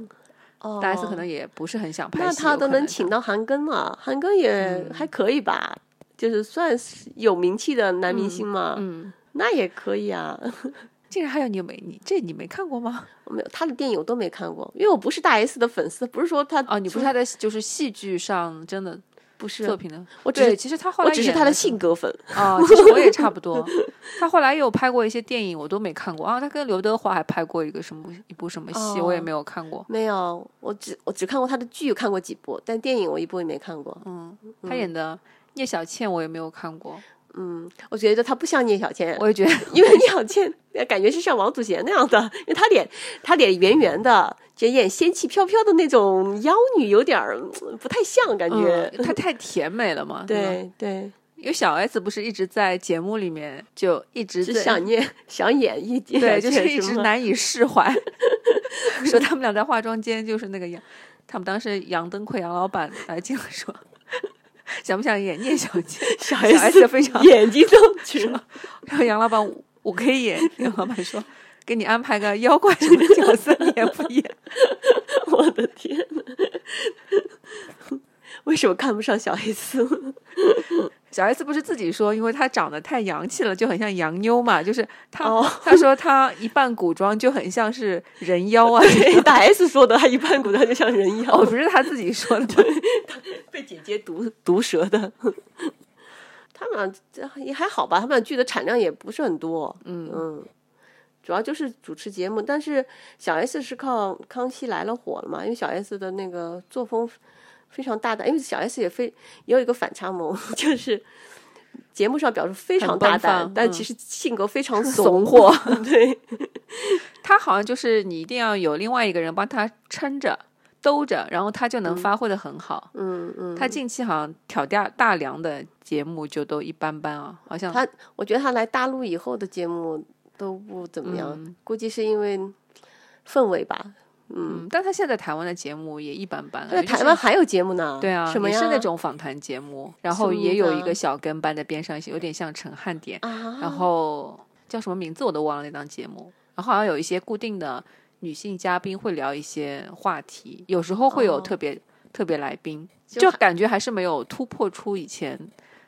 Speaker 1: 哦，
Speaker 2: 大 S 可能也不是很想拍戏。
Speaker 1: 那他都
Speaker 2: 有可
Speaker 1: 能请
Speaker 2: 的嗯
Speaker 1: 到韩庚了，韩庚也还可以吧，就是算是有名气的男明星嘛，
Speaker 2: 嗯，
Speaker 1: 那也可以啊。
Speaker 2: 竟然还有你没你这你没看 过吗？
Speaker 1: 我没有他的电影我都没看过，因为我不是大 S 的粉丝，不是说他
Speaker 2: 哦，你不是他在就是戏剧上真的
Speaker 1: 不
Speaker 2: 作
Speaker 1: 是，
Speaker 2: 品的，
Speaker 1: 我只
Speaker 2: 对，
Speaker 1: 是
Speaker 2: 其实他后来
Speaker 1: 我只是
Speaker 2: 演
Speaker 1: 他的
Speaker 2: 什么
Speaker 1: 性格粉。
Speaker 2: 啊，其实我也差 不多。他后来也有拍过一些电影，我都没看过啊。他跟刘德华还拍过一个什么一部什么戏，我也
Speaker 1: 哦
Speaker 2: 没有看过。
Speaker 1: 没有，我只我只看过他的剧，看过几部，但电影我一部也没看过。
Speaker 2: 嗯，他演的聂小倩我也没有看过，
Speaker 1: 嗯，我觉得他不像聂小倩，
Speaker 2: 我也觉得
Speaker 1: 因为聂小倩感觉是像王祖贤那样的， 因为她脸她脸圆圆的，就演仙气飘飘的那种妖女，有点儿嗯不太像感觉。
Speaker 2: 嗯她嗯太甜美了 嘛。吧，
Speaker 1: 对对，
Speaker 2: 因为小 S 不是一直在节目里面就一直
Speaker 1: 是
Speaker 2: 在
Speaker 1: 想念 想演一点，
Speaker 2: 对，就是
Speaker 1: 确
Speaker 2: 一
Speaker 1: 实
Speaker 2: 直
Speaker 1: 嘛
Speaker 2: 难以释怀，说他们俩在化妆间就是那个杨，他们当时杨登魁杨老板来进来说， 想不想演聂小倩？
Speaker 1: 小
Speaker 2: 小 S 非常
Speaker 1: 眼睛都 直了。
Speaker 2: 然后杨老板，我我可以演。杨老板说，给你安排个妖怪什么角色，你也不演。
Speaker 1: 我的天呐， 为什么看不上小 S？
Speaker 2: 小 S 不是自己说，因为她长得太洋气了，就很像洋妞嘛。就是她，
Speaker 1: 哦
Speaker 2: 她说她一扮古装就很像是人妖啊。
Speaker 1: 大 S 说的，她一半骨头就像人一
Speaker 2: 哦，
Speaker 1: 样，
Speaker 2: 不是她自己说的吗？
Speaker 1: 被姐姐毒 毒舌的。他们俩这也还好吧，他们俩剧的产量也不是很多，
Speaker 2: 嗯
Speaker 1: 嗯，主要就是主持节目。但是小 S 是靠《康熙来了》火了嘛，因为小 S 的那个作风非常大胆，因为小 S 也非也有一个反差萌， 就是节目上表示非常
Speaker 2: 很奔
Speaker 1: 大胆
Speaker 2: 放，
Speaker 1: 但
Speaker 2: 嗯
Speaker 1: 其实性格非 常
Speaker 2: 怂
Speaker 1: 怂
Speaker 2: 货。
Speaker 1: 对，
Speaker 2: 她好像就是你一定要有另外一个人帮她撑着、兜着，然后她就能发挥的很好。
Speaker 1: 嗯嗯，
Speaker 2: 她近期好像挑大大梁的节目就都一般般啊，好像
Speaker 1: 她我觉得他来大陆以后的节目都不怎么样，估计是因为氛围吧。
Speaker 2: 嗯，但她现在台湾的节目也一般般了。
Speaker 1: 那
Speaker 2: 就是
Speaker 1: 台湾还有节目呢？
Speaker 2: 对啊，
Speaker 1: 什么
Speaker 2: 也
Speaker 1: 呀？
Speaker 2: 是那种访谈节目，然
Speaker 1: 什
Speaker 2: 后
Speaker 1: 么
Speaker 2: 也
Speaker 1: 名
Speaker 2: 有
Speaker 1: 字
Speaker 2: 一
Speaker 1: 啊
Speaker 2: 个小跟班在边上，有点像陈汉典，
Speaker 1: 啊，
Speaker 2: 然后叫什么名字我都忘了那档节目，然后好像有一些固定的女性嘉宾会聊一些话题，有时候会有
Speaker 1: 哦
Speaker 2: 特别、特别来宾，
Speaker 1: 就
Speaker 2: 就
Speaker 1: 还
Speaker 2: 感觉还是没有突破出以前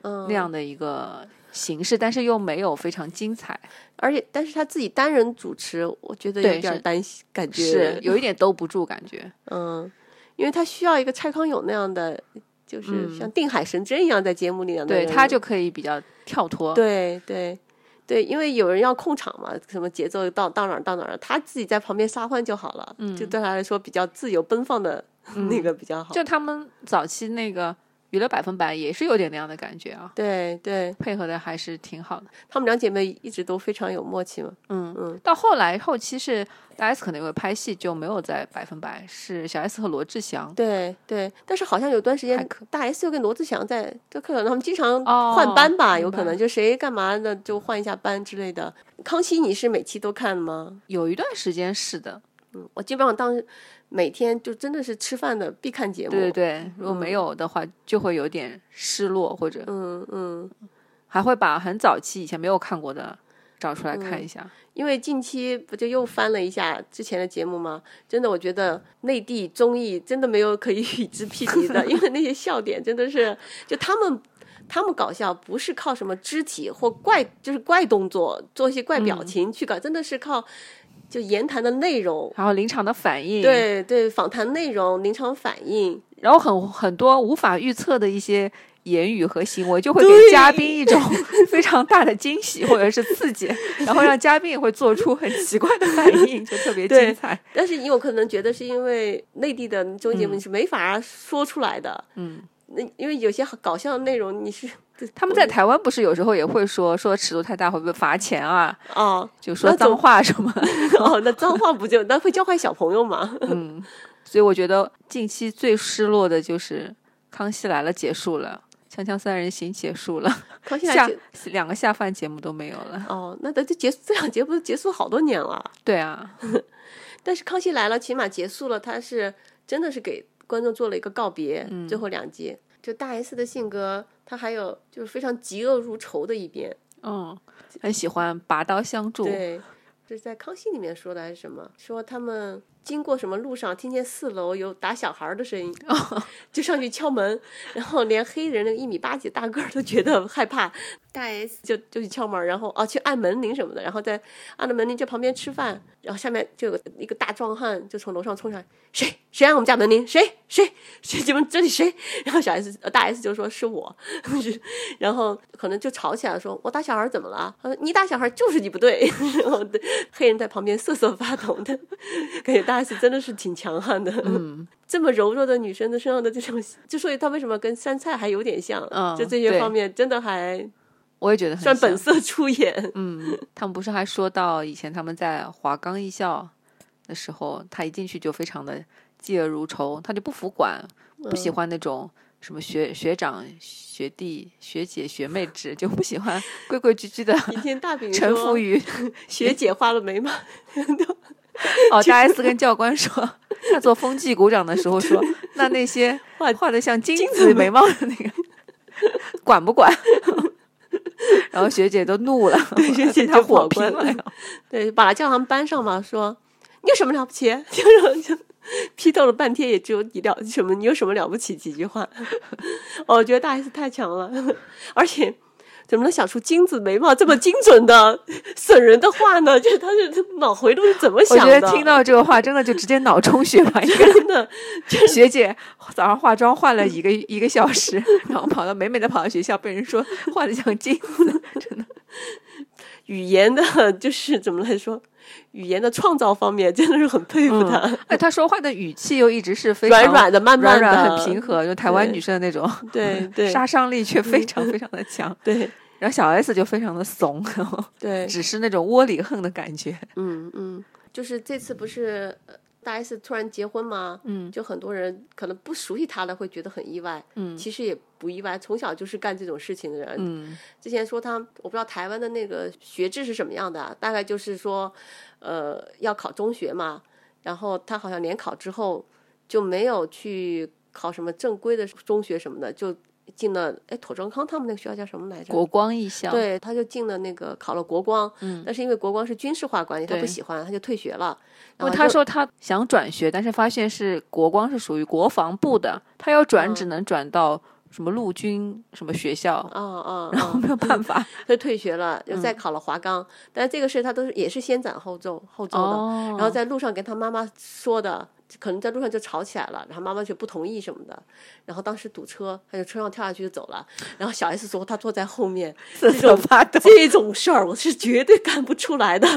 Speaker 1: 嗯
Speaker 2: 那样的一个形式，但是又没有非常精彩，
Speaker 1: 而且但是他自己单人主持，我觉得
Speaker 2: 对
Speaker 1: 有点
Speaker 2: 是
Speaker 1: 担心，感觉
Speaker 2: 是有一点兜不住 感觉。
Speaker 1: 嗯，因为他需要一个蔡康永那样的，就是
Speaker 2: 嗯
Speaker 1: 像定海神针一样在节目里那样的
Speaker 2: 对
Speaker 1: 人物，
Speaker 2: 他就可以比较跳脱，
Speaker 1: 对对对，因为有人要控场嘛，什么节奏到到哪儿到哪儿，他自己在旁边撒欢就好了，
Speaker 2: 嗯
Speaker 1: 就对他来说比较自由奔放的那个比较好。
Speaker 2: 就他们早期那个娱乐百分百也是有点那样的感觉啊，
Speaker 1: 对对，
Speaker 2: 配合的还是挺好的。
Speaker 1: 她们两姐妹一直都非常有默契嘛。
Speaker 2: 嗯
Speaker 1: 嗯，
Speaker 2: 到后来后期是大 S 可能因为拍戏就没有在百分百，是小 S 和罗志祥。
Speaker 1: 对对，但是好像有段时
Speaker 2: 还
Speaker 1: 间
Speaker 2: 可
Speaker 1: 大 S 又跟罗志祥在，就可能他们经常
Speaker 2: 哦
Speaker 1: 换班吧，
Speaker 2: 明
Speaker 1: 有可
Speaker 2: 白
Speaker 1: 能就谁干嘛的就换一下班之类的。康熙你是每期都看吗？
Speaker 2: 有一段时间是的，
Speaker 1: 嗯，我基本上当时每天就真的是吃饭的必看节目。
Speaker 2: 对对对，如果没有的话，就会有点失落，或者
Speaker 1: 嗯嗯，
Speaker 2: 还会把很早期以前没有看过的找出来看一下。
Speaker 1: 因为近期不就又翻了一下之前的节目吗？真的，我觉得内地综艺真的没有可以 与之匹敌的，因为那些笑点真的是，就他们他们搞笑不是靠什么肢体或怪，就是怪动作做一些怪表情去搞，真的是靠就言谈的内容，
Speaker 2: 然后临场的反应，，
Speaker 1: 对对，访谈内容、临场反应，
Speaker 2: 然后很很多无法预测的一些言语和行为，就会
Speaker 1: 对
Speaker 2: 给嘉宾一种非常大的惊喜或者是刺激，然后让嘉宾也会做出很奇怪的反应，就特别
Speaker 1: 对
Speaker 2: 精彩。
Speaker 1: 但是你有可能觉得是因为内地的综艺节目你是没法说出来的，
Speaker 2: 嗯，
Speaker 1: 那因为有些搞笑的内容你是
Speaker 2: 他们在台湾不是有时候也会说说尺度太大会不会罚钱啊，
Speaker 1: 啊。
Speaker 2: 就说
Speaker 1: 那
Speaker 2: 脏
Speaker 1: 总
Speaker 2: 话什 么。
Speaker 1: 哦，那脏话不就那会教坏小朋友吗？
Speaker 2: 嗯，所以我觉得近期最失落的就是《康熙来了》结束了，《锵锵三人行》结束了，
Speaker 1: 康熙来
Speaker 2: 下
Speaker 1: 结
Speaker 2: 两个下饭节目都没有了。
Speaker 1: 哦，那这结这两节不是结束好多年了？
Speaker 2: 对啊，
Speaker 1: 但是康熙来了起码结束了，他是真的是给观众做了一个告别。最后两集，就大 S 的性格，他还有就是非常嫉恶如仇的一边。
Speaker 2: 嗯，很喜欢拔刀相助。
Speaker 1: 对，这是在康熙里面说的还是什么？说他们经过什么路上听见四楼有打小孩儿的声音， 就上去敲门，然后连黑人那个一米八几大个儿都觉得害怕， 大 S 就就去敲门，然后啊去按门铃什么的，然后再按了门铃就旁边吃饭，然后下面就有一个大壮汉就从楼上冲上来，谁谁按我们家门铃？谁谁谁你们这里谁？然后小 S 呃大 S 就说是我， 然后可能就吵起来了，说我打小孩怎么了？他说你打小孩就是你不对。 然后黑人在旁边瑟瑟发抖的，感觉大 S 真的是挺强悍的。嗯， 这么柔弱的女生的身上的这种，就所以她为什么跟杉菜还有点像？
Speaker 2: 嗯
Speaker 1: 就这些
Speaker 2: 对
Speaker 1: 方面真的还
Speaker 2: 我也觉得很
Speaker 1: 算本
Speaker 2: 像。
Speaker 1: 色出演。
Speaker 2: 嗯，他们不是还说到以前他们在华冈艺校的时候，他一进去就非常的嫉恶如仇，他就不服管，不喜欢那种什么学学长、学弟、学姐、学妹制，就不喜 欢规规矩矩的
Speaker 1: 今天大饼
Speaker 2: 臣服
Speaker 1: 说
Speaker 2: 于
Speaker 1: 学姐花了眉毛，
Speaker 2: 哦，大 S 跟教官说， 他做风纪股长的时候说，那那些 画画的像金子眉毛的那个，管不管？ 然后学姐都怒了，对
Speaker 1: 学姐
Speaker 2: 她
Speaker 1: 就
Speaker 2: 火
Speaker 1: 火
Speaker 2: 拼
Speaker 1: 滚
Speaker 2: 了呀。
Speaker 1: 对，把她叫他们班上嘛，说你有什么了不起？ 就是就批斗了半天，也只有你了什么？你有什么了不起？几句话。哦我觉得大 S 太强了， 而且怎么能想出金子眉毛这么精准的损人的话呢？就是他这脑回路是怎么
Speaker 2: 我
Speaker 1: 想
Speaker 2: 觉
Speaker 1: 的？
Speaker 2: 得听到这个话，真的就直接脑充血 吧。应该
Speaker 1: 真的，
Speaker 2: 学姐早上化妆化了一个 一个小时，然后跑到美美的跑到学校，被人说画的像金子，真的。
Speaker 1: 语言的，就是怎么来说，语言的创造方面真的是很佩服他，
Speaker 2: 哎，她说话的语气又一直是非常
Speaker 1: 软软的，慢慢
Speaker 2: 软
Speaker 1: 的，
Speaker 2: 软很平和，就台湾
Speaker 1: 对
Speaker 2: 女生的那种
Speaker 1: 对对
Speaker 2: 杀伤力却非常非常的 强。
Speaker 1: 对
Speaker 2: 然后小 S 就非常的怂，然后
Speaker 1: 对，
Speaker 2: 只是那种窝里横的感觉。
Speaker 1: 嗯，嗯，就是这次不是呃大 S 突然结婚吗？嗯，就很多人可能不熟悉她的会觉得很意外，嗯，其实也不意外，从小就是干这种事情的人。
Speaker 2: 嗯，
Speaker 1: 之前说她，我不知道台湾的那个学制是什么样的啊，大概就是说，呃，要考中学嘛，然后她好像联考之后就没有去考什么正规的中学什么的，就进了哎妥中康他们那个学校叫什么来着？
Speaker 2: 国光艺校，，
Speaker 1: 对，他就进了那个考了国光，但是因为国光是军事化管理，他不
Speaker 2: 嗯对
Speaker 1: 喜欢，他就退学了。
Speaker 2: 因
Speaker 1: 然
Speaker 2: 为
Speaker 1: 后
Speaker 2: 他
Speaker 1: 就
Speaker 2: 说他想转学，但是发现是国光是属于国防部的，他要转
Speaker 1: 嗯
Speaker 2: 只能转到什么陆军什么学校，
Speaker 1: 嗯嗯，
Speaker 2: 然后嗯没有办法。
Speaker 1: 他退学了，又再考了华冈，但是这个事他都是也是先斩后奏后奏的，
Speaker 2: 哦
Speaker 1: 然后在路上跟他妈妈说的，可能在路上就吵起来了，然后妈妈就不同意什么的，然后当时堵车，他就车上跳下去就走了，然后小 S 说他坐在后面，
Speaker 2: 瑟瑟发抖。
Speaker 1: 这种事儿我是绝对干不出来的。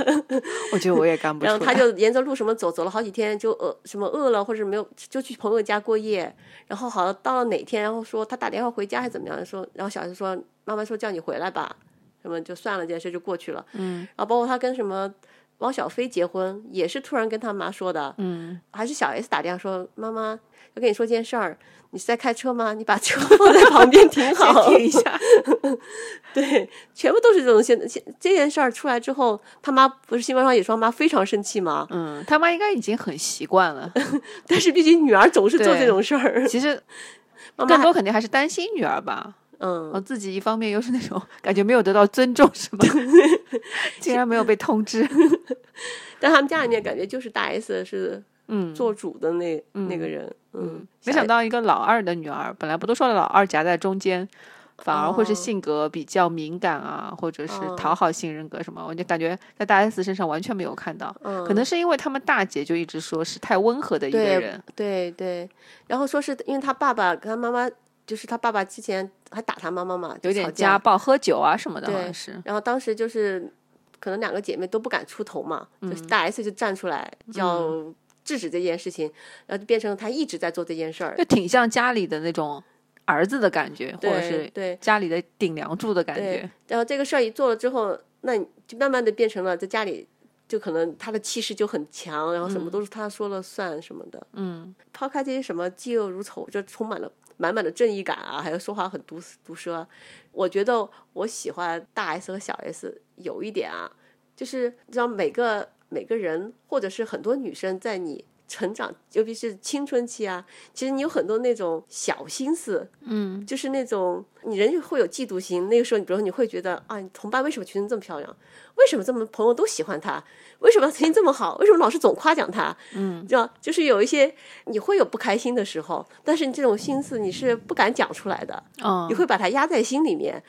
Speaker 2: 我觉得我也干不 出
Speaker 1: 然
Speaker 2: 来。
Speaker 1: 后他 就沿着路什么走，走了好几天，就饿什么饿了或者没有，就去朋友家过夜。然后好像到了哪天，然后说他打电话回家还怎么样，说然后小 S 说妈妈说叫你回来吧，什么就算了，这件事就过去了。嗯，然后包括他跟什么汪小菲结婚，也是突然跟他妈说的，
Speaker 2: 嗯，
Speaker 1: 还是小 S 打电话说妈妈要跟你说件事儿，你是在开车吗？你把车放在旁边停好，
Speaker 2: 先停一下。
Speaker 1: 对，全部都是这种现现这件事儿出来之后，他妈不是新闻上也说妈非常生气吗？
Speaker 2: 嗯，他妈应该已经很习惯了。
Speaker 1: 但是毕竟女儿总是做
Speaker 2: 对
Speaker 1: 这种事儿，
Speaker 2: 其实
Speaker 1: 妈妈
Speaker 2: 更
Speaker 1: 还
Speaker 2: 多肯哦定还是担心女儿吧。
Speaker 1: 嗯，
Speaker 2: 我自己一方面又是那种感觉没有得到尊重，是吗？ 竟然没有被通知。
Speaker 1: 但他们家里面感觉就是大 S 是
Speaker 2: 嗯，
Speaker 1: 做主的那、那个人，嗯，
Speaker 2: 没
Speaker 1: 小
Speaker 2: 想到一个老二的女儿，本来不都说了老二夹在中间，反而会是
Speaker 1: 哦
Speaker 2: 性格比较敏感啊，或者是
Speaker 1: 哦
Speaker 2: 讨好型人格什么，我就感觉在大 S 身上完全没有看到。
Speaker 1: 嗯
Speaker 2: 可能是因为他们大姐就一直说是太温和的一个
Speaker 1: 对
Speaker 2: 人，
Speaker 1: 对对，然后说是因为他爸爸跟他妈妈，就是他爸爸之前还打他妈妈嘛，就
Speaker 2: 有点
Speaker 1: 吵
Speaker 2: 家
Speaker 1: 架，
Speaker 2: 暴、喝酒啊什么的，好
Speaker 1: 对
Speaker 2: 像是。
Speaker 1: 然后当时就是可能两个姐妹都不敢出头嘛，
Speaker 2: 嗯
Speaker 1: 就是大 S 就站出来要制止这件事情，然后就变成他一直在做这件事儿，
Speaker 2: 就挺像家里的那种儿子的感觉，或者
Speaker 1: 对
Speaker 2: 是
Speaker 1: 对。
Speaker 2: 家里的顶梁柱的感
Speaker 1: 对
Speaker 2: 觉。
Speaker 1: 然后这个事儿一做了之后，那你就慢慢的变成了在家里，就可能他的气势就很强，然后什么都是他说了算什么的。
Speaker 2: 嗯，
Speaker 1: 抛开这些什么嫉恶如仇，就充满了满满的正义感啊，还有说话很毒毒舌啊。我觉得我喜欢大 S 和小 S 有一点啊，就是让每个每个人或者是很多女生在你。成长，尤其是青春期啊，其实你有很多那种小心思，
Speaker 2: 嗯，
Speaker 1: 就是那种你人会有嫉妒心。那个时候，你比如说你会觉得啊，你同班为什么群这么漂亮？为什么这么朋友都喜欢她？为什么她成绩这么好？为什么老师总夸奖她？嗯，就就是有一些你会有不开心的时候，但是你这种心思你是不敢讲出来的，
Speaker 2: 哦
Speaker 1: 你，会把它压在心里面。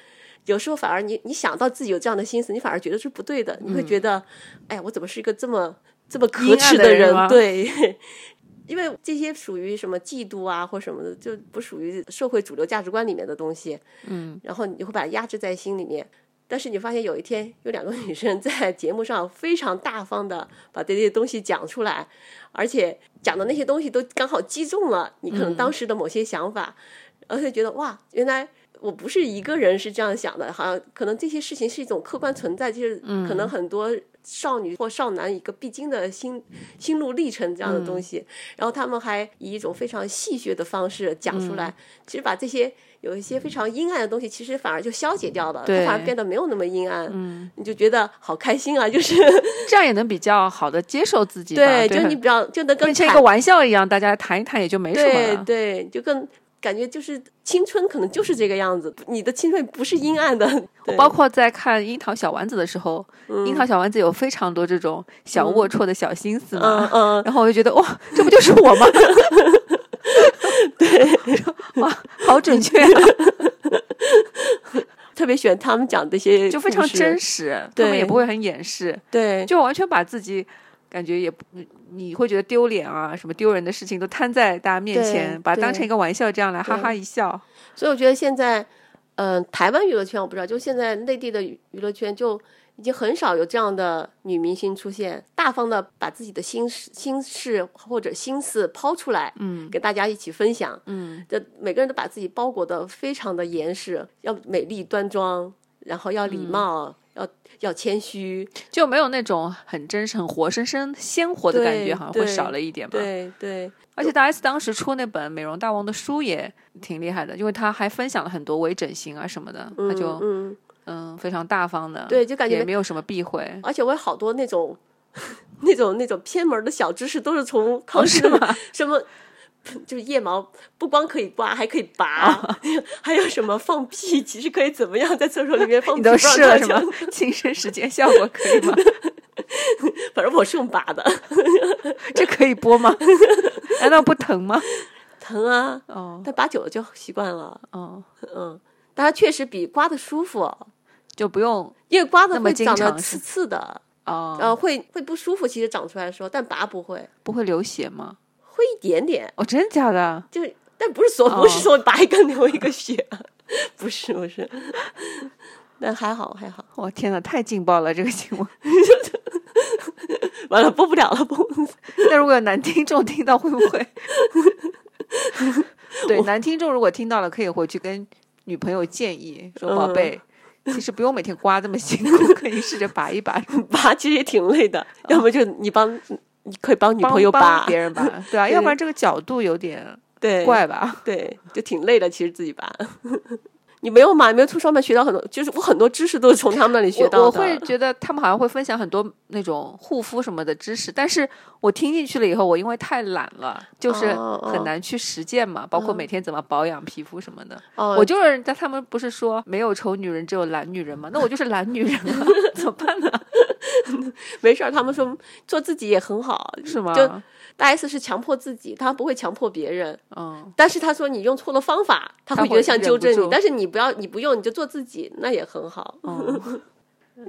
Speaker 1: 有时候反而你你想到自己有这样的心思，你反而觉得是不对的，你会觉得，哎呀，我怎么是一个这么这么可
Speaker 2: 嗯阴暗
Speaker 1: 耻
Speaker 2: 的
Speaker 1: 的
Speaker 2: 人吗
Speaker 1: 对。 因为这些属于什么嫉妒啊，或什么的，就不属于社会主流价值观里面的东西。
Speaker 2: 嗯，
Speaker 1: 然后你就会把它压制在心里面。但是你发现有一天，有两个女生在节目上非常大方的把这些东西讲出来，而且讲的那些东西都刚好击中了你可
Speaker 2: 嗯
Speaker 1: 能当时的某些想法，然后就觉得哇，原来我不是一个人是这样想的，好像可能这些事情是一种客观存在，就是
Speaker 2: 嗯
Speaker 1: 可能很多少女或少男一个必经的心心路历程这样的东
Speaker 2: 嗯
Speaker 1: 西。然后他们还以一种非常戏谑的方式讲出
Speaker 2: 嗯
Speaker 1: 来，其实把这些有一些非常阴暗的东西，其实反而就消解掉了，它
Speaker 2: 对
Speaker 1: 反而变得没有那么阴暗。嗯，你就觉得好开心啊，就是
Speaker 2: 这样也能比较好的接受自己吧。
Speaker 1: 对，
Speaker 2: 对，
Speaker 1: 就是你比较就能更
Speaker 2: 变成一
Speaker 1: 坦
Speaker 2: 个玩笑一样，大家谈一谈也就没什么
Speaker 1: 对
Speaker 2: 了。
Speaker 1: 对，就更感觉就是青春可能就是这个样子，你的青春不是阴暗的，对
Speaker 2: 包括在看《樱桃小丸子》的时候，樱桃小丸子》有非常多这种小龌龊的小心思嘛。
Speaker 1: 嗯嗯，
Speaker 2: 然后我就觉得哇，这不就是我吗？ 对，哇，好准确、啊，
Speaker 1: 特别喜欢他们讲这些，
Speaker 2: 就非常真，实，他们也
Speaker 1: 对
Speaker 2: 不会很掩饰，
Speaker 1: 对
Speaker 2: 就完全把自己感觉也不，你会觉得丢脸啊，什么丢人的事情都摊在大家面前
Speaker 1: 对，
Speaker 2: 把它当
Speaker 1: 对
Speaker 2: 成一个玩笑这样来哈哈一笑。
Speaker 1: 所以我觉得现在，嗯、台湾娱乐圈我不知道，就现在内地的娱娱乐圈就已经很少有这样的女明星出现，大方的把自己的心事、心事或者心思抛出来，
Speaker 2: 嗯，
Speaker 1: 给大家一起分享。
Speaker 2: 嗯，
Speaker 1: 这每个人都把自己包裹的非常的严实，要美丽端庄，然后要礼
Speaker 2: 嗯
Speaker 1: 貌，要要谦虚，
Speaker 2: 就没有那种很真实、很活生生、鲜活的感
Speaker 1: 对
Speaker 2: 觉，好像会
Speaker 1: 对
Speaker 2: 少了一点吧。
Speaker 1: 对对，
Speaker 2: 而且大 S 当时出那本《美容大王》的书也挺厉害的，因为他还分享了很多微整形啊什么的，他就
Speaker 1: 嗯。嗯
Speaker 2: 嗯非常大方的，
Speaker 1: 对就感觉
Speaker 2: 也没有什么避讳。
Speaker 1: 而且我有好多那种 那种那种偏门的小知识，都是 从康
Speaker 2: 哦
Speaker 1: 师傅、 什么。就是腋毛不光可以刮，还可以拔，
Speaker 2: 哦
Speaker 1: 还有什么放屁，其实可以怎么样在厕所里 面放屁？
Speaker 2: 你都
Speaker 1: 哦不让
Speaker 2: 试
Speaker 1: 大
Speaker 2: 了是
Speaker 1: 家
Speaker 2: 吗？ 亲身实践效果可以吗？
Speaker 1: 反正我是用拔的，
Speaker 2: 这可以播吗？难道不疼吗？
Speaker 1: 疼啊，
Speaker 2: 哦
Speaker 1: 但拔久了就习惯了。
Speaker 2: 哦，
Speaker 1: 嗯，但它确实比刮的舒服，
Speaker 2: 就不用
Speaker 1: 因为刮的
Speaker 2: 那么
Speaker 1: 会
Speaker 2: 经
Speaker 1: 长得
Speaker 2: 常是
Speaker 1: 刺刺的，
Speaker 2: 哦，
Speaker 1: 呃，会会不舒服。其实长出来的时候，但拔不会，
Speaker 2: 不会流血吗？
Speaker 1: 会一点点，
Speaker 2: 哦，真的假的？
Speaker 1: 就是但不是所
Speaker 2: 哦
Speaker 1: 不是说拔一根流一个血， 不是不是，但还好还好。
Speaker 2: 我天哪，太劲爆了这个新闻！
Speaker 1: 完了播不了了，播
Speaker 2: 那如果有男听众听到，会不会？对，男听众如果听到了，可以回去跟女朋友建议说：“
Speaker 1: 嗯
Speaker 2: 宝贝，其实不用每天刮这么辛苦，可以试着拔一拔，
Speaker 1: 拔其实也挺累的， 要么就你帮。你可以帮女
Speaker 2: 帮
Speaker 1: 朋友
Speaker 2: 哦帮
Speaker 1: 拔，
Speaker 2: 别 人拔，对啊，
Speaker 1: 对
Speaker 2: 要不然这个角度有点
Speaker 1: 对，
Speaker 2: 怪吧？
Speaker 1: 对，就挺累的，其实自己拔。 你没有嘛？你没有从上面学到很多，就是我很多知识都是从他们那里学到的。
Speaker 2: 我我会觉得他们好像会分享很多那种护肤什么的知识，但是我听进去了以后，我因为太懒了，就是
Speaker 1: 哦哦
Speaker 2: 很难去实践嘛，包
Speaker 1: 嗯
Speaker 2: 括每天怎么保养皮肤什么的。
Speaker 1: 哦，
Speaker 2: 我就是人家他们不是说没有丑女人，只有懒女人吗？那我就是懒女人 啊，怎么办呢？
Speaker 1: 没事儿。他们说做自己也很好。
Speaker 2: 是吗？
Speaker 1: 就大 S 是强迫自己，他不会强迫别人。
Speaker 2: 嗯，
Speaker 1: 但是他说你用错了方法，他
Speaker 2: 他
Speaker 1: 会觉
Speaker 2: 会
Speaker 1: 得想
Speaker 2: 忍
Speaker 1: 纠
Speaker 2: 不
Speaker 1: 正
Speaker 2: 住
Speaker 1: 你。但是你不要，你不用，你就做自己，那也很好。
Speaker 2: 嗯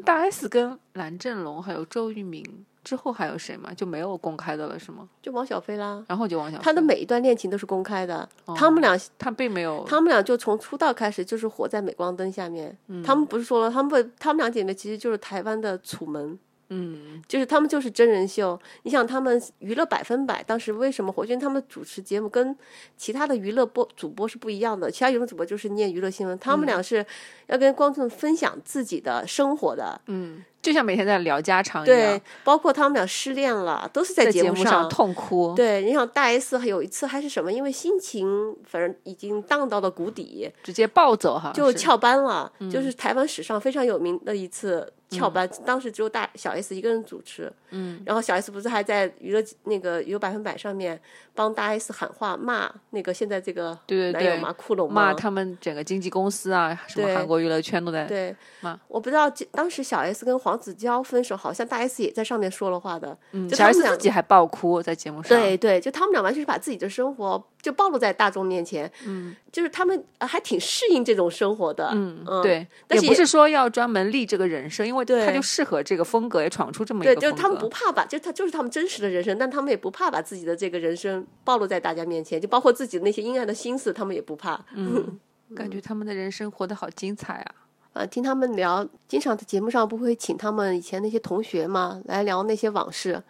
Speaker 2: 大 S 跟蓝正龙还有周渝民之后还有谁吗？就没有公开的了是吗？
Speaker 1: 就王小飞啦，
Speaker 2: 然后就王小
Speaker 1: 他的
Speaker 2: 飞
Speaker 1: 每一段恋情都是公开的。
Speaker 2: 哦
Speaker 1: 他们俩，
Speaker 2: 他并没有
Speaker 1: 他们俩就从出道开始就是活在镁光灯下面。
Speaker 2: 嗯
Speaker 1: 他们不是说了，他们他们俩姐妹其实就是台湾的楚门。
Speaker 2: 嗯
Speaker 1: 就是他们就是真人秀，你想他们娱乐百分百，当时为什么火？因为他们主持节目跟其他的娱乐播主播是不一样的，其他娱乐主播就是念娱乐新闻，他们
Speaker 2: 嗯
Speaker 1: 俩是要跟观众分享自己的生活的，
Speaker 2: 嗯，就像每天在聊家常一样
Speaker 1: 对，，包括他们俩失恋了，都是
Speaker 2: 在
Speaker 1: 节
Speaker 2: 目
Speaker 1: 上。
Speaker 2: 痛哭，
Speaker 1: 对，你想大 S 有一次还是什么，因为心情反正已经荡到了谷底，
Speaker 2: 直接暴走哈，
Speaker 1: 就是翘班了，
Speaker 2: 嗯
Speaker 1: 就是台湾史上非常有名的一次翘班，当时只有大小 S 一个人主持，嗯，然后小 S 不是还在娱乐那个娱乐百分百上面帮大 S 喊话骂那个现在这个
Speaker 2: 对对
Speaker 1: 男友
Speaker 2: 对
Speaker 1: 嘛库龙
Speaker 2: 骂
Speaker 1: 嘛，
Speaker 2: 他们整个经纪公司啊，什么
Speaker 1: 对
Speaker 2: 韩国娱乐圈都在
Speaker 1: 对
Speaker 2: 骂，
Speaker 1: 我不知道这当时小 S 跟黄子佼分手，好像大 S 也在上面说了话的，
Speaker 2: 嗯
Speaker 1: 就
Speaker 2: 小
Speaker 1: 他们
Speaker 2: S
Speaker 1: 俩
Speaker 2: 自己还爆哭在节目上，
Speaker 1: 对对，就他们俩完全是把自己的生活就暴露在大众面前，嗯，就是他们呃还挺适应这种生活的，嗯
Speaker 2: 对，
Speaker 1: 但
Speaker 2: 也
Speaker 1: 是
Speaker 2: 不
Speaker 1: 也
Speaker 2: 是说要专门立这个人设，因为
Speaker 1: 对
Speaker 2: 他就适合这个风格，也闯出这么一
Speaker 1: 对，
Speaker 2: 个风
Speaker 1: 就
Speaker 2: 格。
Speaker 1: 是他们不怕把，就他就是他们真实的人生，但他们也不怕把自己的这个人生暴露在大家面前，就包括自己的那些阴暗的心思，他们也不怕。
Speaker 2: 嗯 感
Speaker 1: 嗯
Speaker 2: 觉他们的人生活得好精彩啊！
Speaker 1: 啊，听他们聊，经常在节目上不会请他们以前那些同学嘛来聊那些往事。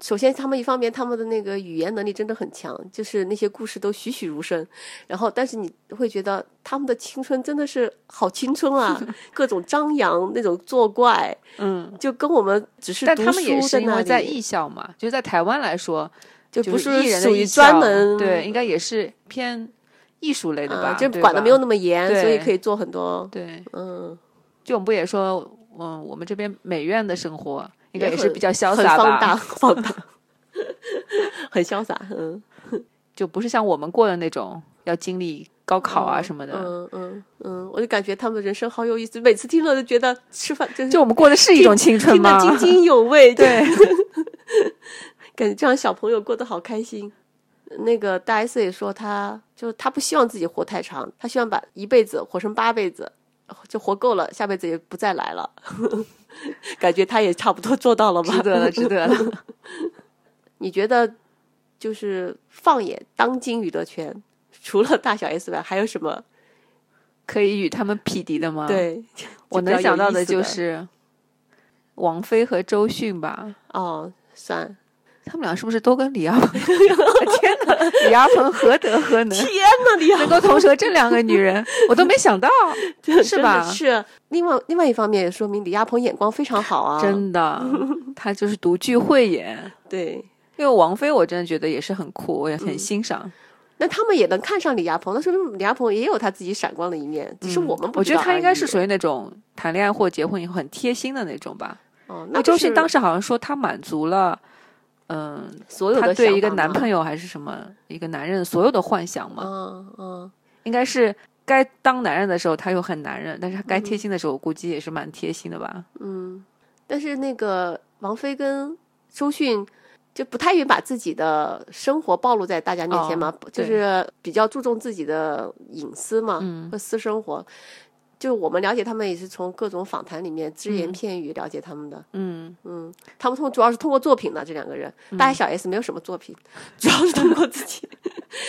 Speaker 1: 首先，他们一方面他们的那个语言能力真的很强，就是那些故事都栩栩如生。然后，但是你会觉得他们的青春真的是好青春 啊，各种张扬那种作怪，
Speaker 2: 嗯，
Speaker 1: 就跟我们只是
Speaker 2: 但
Speaker 1: 读
Speaker 2: 他们也
Speaker 1: 书
Speaker 2: 是因
Speaker 1: 那
Speaker 2: 为在
Speaker 1: 里
Speaker 2: 艺校嘛，就在台湾来说，
Speaker 1: 就
Speaker 2: 就
Speaker 1: 不
Speaker 2: 是艺人的
Speaker 1: 属
Speaker 2: 艺
Speaker 1: 于专
Speaker 2: 校
Speaker 1: 门嗯
Speaker 2: 对，应该也是偏艺术类的吧，
Speaker 1: 啊，就
Speaker 2: 对
Speaker 1: 管的
Speaker 2: 吧
Speaker 1: 没有那么严，所以
Speaker 2: 对
Speaker 1: 可以做很多。
Speaker 2: 对。
Speaker 1: 嗯，
Speaker 2: 就我们不也说，嗯，我们这边美院的生活应该
Speaker 1: 也
Speaker 2: 也是
Speaker 1: 很
Speaker 2: 比较潇
Speaker 1: 很
Speaker 2: 洒
Speaker 1: 放 大，
Speaker 2: 吧，
Speaker 1: 放大， 很潇洒。嗯，
Speaker 2: 就不是像我们过的那种要经历高考啊什么的。
Speaker 1: 嗯嗯嗯，我就感觉他们人生好有意思，每次听了都觉得吃饭就是
Speaker 2: 就我们过的是一种青春
Speaker 1: 听得
Speaker 2: 吗？
Speaker 1: 津津有味，就
Speaker 2: 对，
Speaker 1: 感觉这样小朋友过得好开心。那个大 S 也说他，就是他不希望自己活太长，他希望把一辈子活成八辈子，就活够了，下辈子也不再来了。 感觉他也差不多做到了吧？
Speaker 2: 值得了，值得了。
Speaker 1: 你觉得就是放眼当今娱乐圈，除了大小 S 外，还有什么？
Speaker 2: 可以与他们匹敌的吗？，
Speaker 1: 对，
Speaker 2: 啊我
Speaker 1: 就比较
Speaker 2: 能想到
Speaker 1: 有意
Speaker 2: 的
Speaker 1: 思
Speaker 2: 就
Speaker 1: 的
Speaker 2: 是王菲和周迅吧，
Speaker 1: 哦，算
Speaker 2: 他们俩是不是都跟李亚 鹏？天哪，李亚鹏何德何能，
Speaker 1: 天哪，你
Speaker 2: 能够同舌这两个女人，我都没想到，是吧
Speaker 1: 是另外另外一方面也说明李亚鹏眼光非常好啊，
Speaker 2: 真的，她就是独具慧眼。
Speaker 1: 对。
Speaker 2: 因为王菲，我真的觉得也是很酷，我也很欣赏。
Speaker 1: 那他们也能看上李亚鹏，那说明李亚鹏也有他自己闪光的一面，只是我们不
Speaker 2: 嗯我觉
Speaker 1: 知道而已。
Speaker 2: 得她应该是属于那种谈恋爱或结婚以后很贴心的那种吧。
Speaker 1: 哦，
Speaker 2: 因
Speaker 1: 那
Speaker 2: 为啊周
Speaker 1: 就是
Speaker 2: 迅当时好像说她满足了，嗯，
Speaker 1: 所有
Speaker 2: 她
Speaker 1: 的
Speaker 2: 对一个男
Speaker 1: 友，
Speaker 2: 朋友还是什么一个男人所有的幻想嘛，
Speaker 1: 嗯嗯，
Speaker 2: 应该是该当男人的时候他又很男人，但是他该
Speaker 1: 嗯
Speaker 2: 贴心的时候，我估计也是蛮贴心的吧。
Speaker 1: 但是那个王菲跟周迅，就不太愿意把自己的生活暴露在大家面前嘛，
Speaker 2: 哦
Speaker 1: 就
Speaker 2: 对嗯
Speaker 1: 是比较注重自己的隐私嘛，和私生活。就我们了解他们也是从各种访谈里面只言片语了解他们的，
Speaker 2: 嗯，
Speaker 1: 嗯，他们通主要是通过作品的这两个人，大 S 小 S 没有什么作品，主要是通过自 己。嗯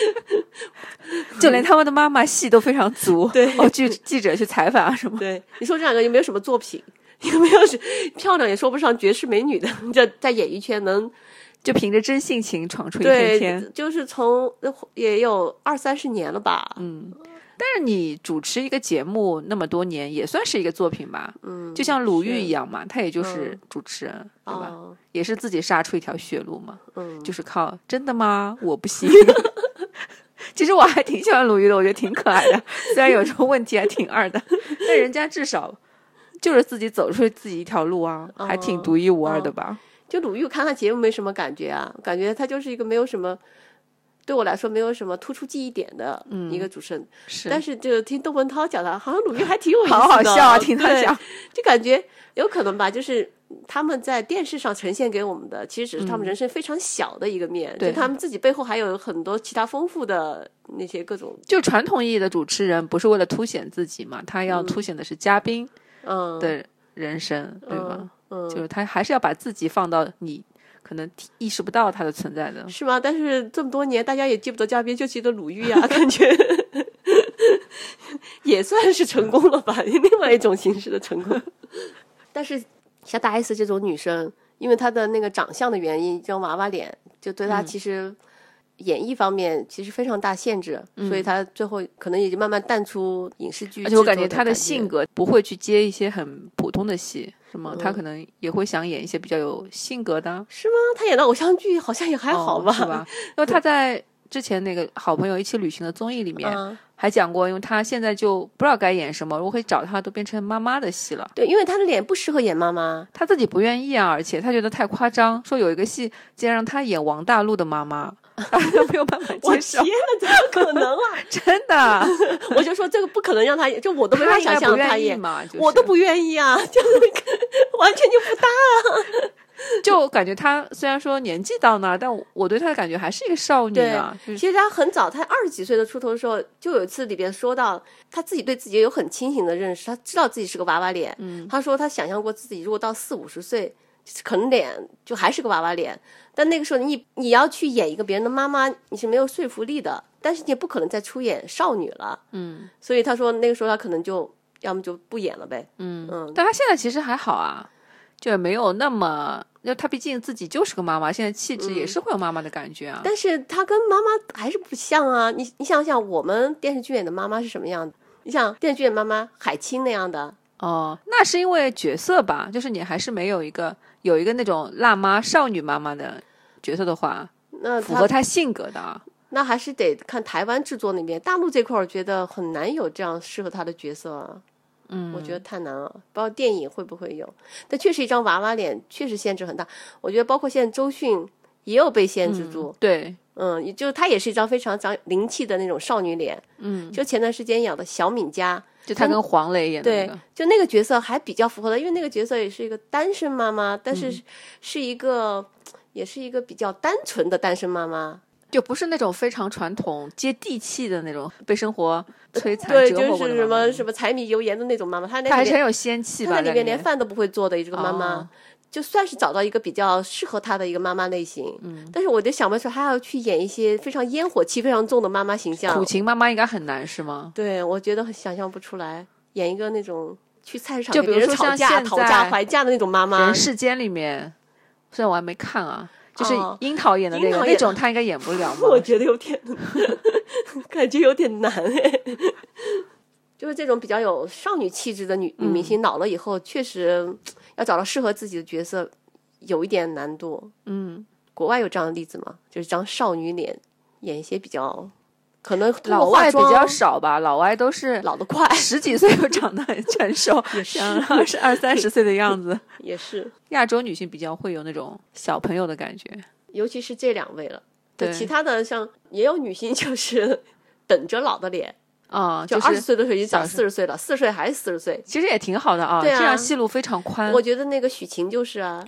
Speaker 2: 就连他们的妈妈戏都非常足。对，哦，记记者去采访啊什么，
Speaker 1: 对，你说这两个有没有什么作品？ 有没有是漂亮也说不上绝世美女的，在在演艺圈能
Speaker 2: 就凭着真性情闯出一片
Speaker 1: 对
Speaker 2: 天。，
Speaker 1: 就是从呃也有二三十年了吧，
Speaker 2: 嗯，但是你主持一个节目那么多年，也算是一个作品吧。
Speaker 1: 嗯，
Speaker 2: 就像鲁豫
Speaker 1: 是
Speaker 2: 一样嘛，他也就是
Speaker 1: 嗯
Speaker 2: 主持人，对吧？
Speaker 1: 哦，
Speaker 2: 也是自己杀出一条血路嘛，
Speaker 1: 嗯，
Speaker 2: 就是靠真的吗？我不行。 其实我还挺喜欢鲁豫的，我觉得挺可爱的，虽然有时候问题还挺二的，但人家至少就是自己走出自己一条路啊，还挺独一无二
Speaker 1: 哦
Speaker 2: 的吧？
Speaker 1: 就鲁豫，我看她节目没什么感觉啊，感觉她就是一个没有什么，对我来说没有什么突出记忆点的一个主持人。
Speaker 2: 嗯是
Speaker 1: 但是就听窦文涛讲的，好像鲁豫还挺有意思的，哦
Speaker 2: 好好笑啊，听他
Speaker 1: 对
Speaker 2: 讲，，
Speaker 1: 就感觉有可能吧，就是。他们在电视上呈现给我们的，其实只是他们人生非常小的一个面，
Speaker 2: 嗯对
Speaker 1: 就他们自己背后还有很多其他丰富的那些各种，
Speaker 2: 就传统意义的主持人不是为了凸显自己嘛，他要凸显的是嘉宾
Speaker 1: 嗯，
Speaker 2: 的人生，对吧？
Speaker 1: 嗯，
Speaker 2: 就是他还是要把自己放到你可能体意识不到他的存在的，
Speaker 1: 是吗？但是这么多年，大家也记不得嘉宾，就记得鲁 豫啊，感觉也算是成功了吧， 另外一种形式的成功。 但是像大 S 这种女生，因为她的那个长相的原因，这种娃娃脸，就对她其实演艺方面其实非常大限制，所以她最后可能也就慢慢淡出影视剧。
Speaker 2: 而且我感觉他
Speaker 1: 的
Speaker 2: 的性格不会去接一些很普通的戏，是吗？
Speaker 1: 嗯
Speaker 2: 他可能也会想演一些比较有性格的，啊
Speaker 1: 是吗？她演的偶像剧好像也还好吧？
Speaker 2: 哦是吧？因 为他在之前那个《好朋友一起旅行》的综艺里面
Speaker 1: 嗯，
Speaker 2: 还讲过，因为他现在就不知道该演什么，我可以找他都变成妈妈的戏了。
Speaker 1: 对，因为她的脸不适合演妈妈。
Speaker 2: 他自己不愿意啊，而且他觉得太夸张，说有一个戏竟然让他演王大陆的妈妈， 他都没有办法
Speaker 1: 我
Speaker 2: 接受
Speaker 1: 天，哪，怎么可能啊！
Speaker 2: 真的，
Speaker 1: 我就说这个不可能让他演， 就我都没法
Speaker 2: 应该
Speaker 1: 想象
Speaker 2: 不
Speaker 1: 他
Speaker 2: 愿意
Speaker 1: 演，
Speaker 2: 嘛，就是
Speaker 1: 我都不愿意啊， 就是完全就不搭。
Speaker 2: 就感觉她虽然说年纪到那儿，但我我对她的感觉还是一个少女啊，就
Speaker 1: 其
Speaker 2: 是
Speaker 1: 实他很早，他二十几岁的出头的时候，就有一次里边说到他自己对自己也有很清醒的认识，他知道自己是个娃娃脸。嗯，他说他想象过自己如果到四五十岁。可能脸就还是个娃娃脸，但那个时候你你要去演一个别人的妈妈，你是没有说服力的，但是你也不可能再出演少女了，
Speaker 2: 嗯
Speaker 1: 所以他说那个时候他可能就要么就不演了呗，
Speaker 2: 嗯
Speaker 1: 嗯
Speaker 2: 但她现在其实还好啊，就也没有那么，就她毕竟自己就是个妈妈，现在气质
Speaker 1: 嗯
Speaker 2: 也是会有妈妈的感觉啊。
Speaker 1: 但是她跟妈妈还是不像啊！你你想想，我们电视剧演的妈妈是什么样的？你想电视剧演妈妈海清那样的，
Speaker 2: 哦，那是因为角色吧，就是你还是没有一个有一个那种辣妈少女妈妈的角色的话，
Speaker 1: 那
Speaker 2: 符合
Speaker 1: 嗯她
Speaker 2: 她性格的啊。
Speaker 1: 那还是得看台湾制作那边，大陆这块儿我觉得很难有这样适合她的角色啊。嗯，我觉得太难了，不知道电影会不会有。但确实一张娃娃脸确实限制很大，我觉得包括现在周迅也有被限制住。
Speaker 2: 对，
Speaker 1: 嗯，也就是她也是一张非常长灵气的那种少女脸。嗯，就前段时间演的小敏家，
Speaker 2: 就她跟黄磊演的那
Speaker 1: 嗯对
Speaker 2: 个，，
Speaker 1: 就那个角色还比较符合的，因为那个角色也是一个单身妈妈，但是
Speaker 2: 嗯
Speaker 1: 是是一个，也是一个比较单纯的单身妈妈。
Speaker 2: 就不是那种非常传统、接地气的那种被生活摧残
Speaker 1: 对，
Speaker 2: 折
Speaker 1: 就
Speaker 2: 磨过
Speaker 1: 是
Speaker 2: 的
Speaker 1: 什
Speaker 2: 妈妈
Speaker 1: 么什么柴米油盐的那种妈妈，她
Speaker 2: 她
Speaker 1: 那
Speaker 2: 还
Speaker 1: 里
Speaker 2: 是很
Speaker 1: 面
Speaker 2: 有仙气
Speaker 1: 她
Speaker 2: 吧，
Speaker 1: 那
Speaker 2: 在
Speaker 1: 里面连饭都不会做的一个妈
Speaker 2: 哦
Speaker 1: 妈，就算是找到一个比较适合她的一个妈妈类型，嗯，但是我就想不出她要去演一些非常烟火气非常重的妈妈形象
Speaker 2: 苦，情妈妈应该很难是吗？
Speaker 1: 对我觉得很想象不出来，演一个那种去菜市场
Speaker 2: 就
Speaker 1: 跟
Speaker 2: 比如
Speaker 1: 别人
Speaker 2: 说
Speaker 1: 吵
Speaker 2: 像
Speaker 1: 架、
Speaker 2: 现
Speaker 1: 讨
Speaker 2: 在
Speaker 1: 价还价的那种妈妈
Speaker 2: 人，世间里面，虽然我还没看啊，就是
Speaker 1: 哦
Speaker 2: 樱桃演的那
Speaker 1: 樱
Speaker 2: 个
Speaker 1: 桃演
Speaker 2: 那种，她应该演不了 嘛。
Speaker 1: 我觉得有点，感觉有点难哎。就是这种比较有少女气质的女女明星，老了以后确实要找到适合自己的角色，有一点难度。
Speaker 2: 嗯，
Speaker 1: 国外有这样的例子吗？就是张少女脸，演一些比较可能通过
Speaker 2: 老
Speaker 1: 化
Speaker 2: 外比
Speaker 1: 妆
Speaker 2: 较少吧，老外都是
Speaker 1: 老得快，
Speaker 2: 十几岁就长得很成熟，
Speaker 1: 也是
Speaker 2: 然后是二三十岁的 样子。
Speaker 1: 也是，
Speaker 2: 亚洲女性比较会有那种小朋友的感觉，
Speaker 1: 尤其是这两位了。
Speaker 2: 对
Speaker 1: 其他的像也有女星就是等着老的脸，
Speaker 2: 啊、
Speaker 1: 就
Speaker 2: 就
Speaker 1: 二十
Speaker 2: 是
Speaker 1: 岁的时候已经长
Speaker 2: 小时
Speaker 1: 四十岁了，四十岁还是四十岁。
Speaker 2: 其实也挺好的啊，
Speaker 1: 对啊
Speaker 2: 这样戏路非常宽
Speaker 1: 我。觉得那个许晴就是啊，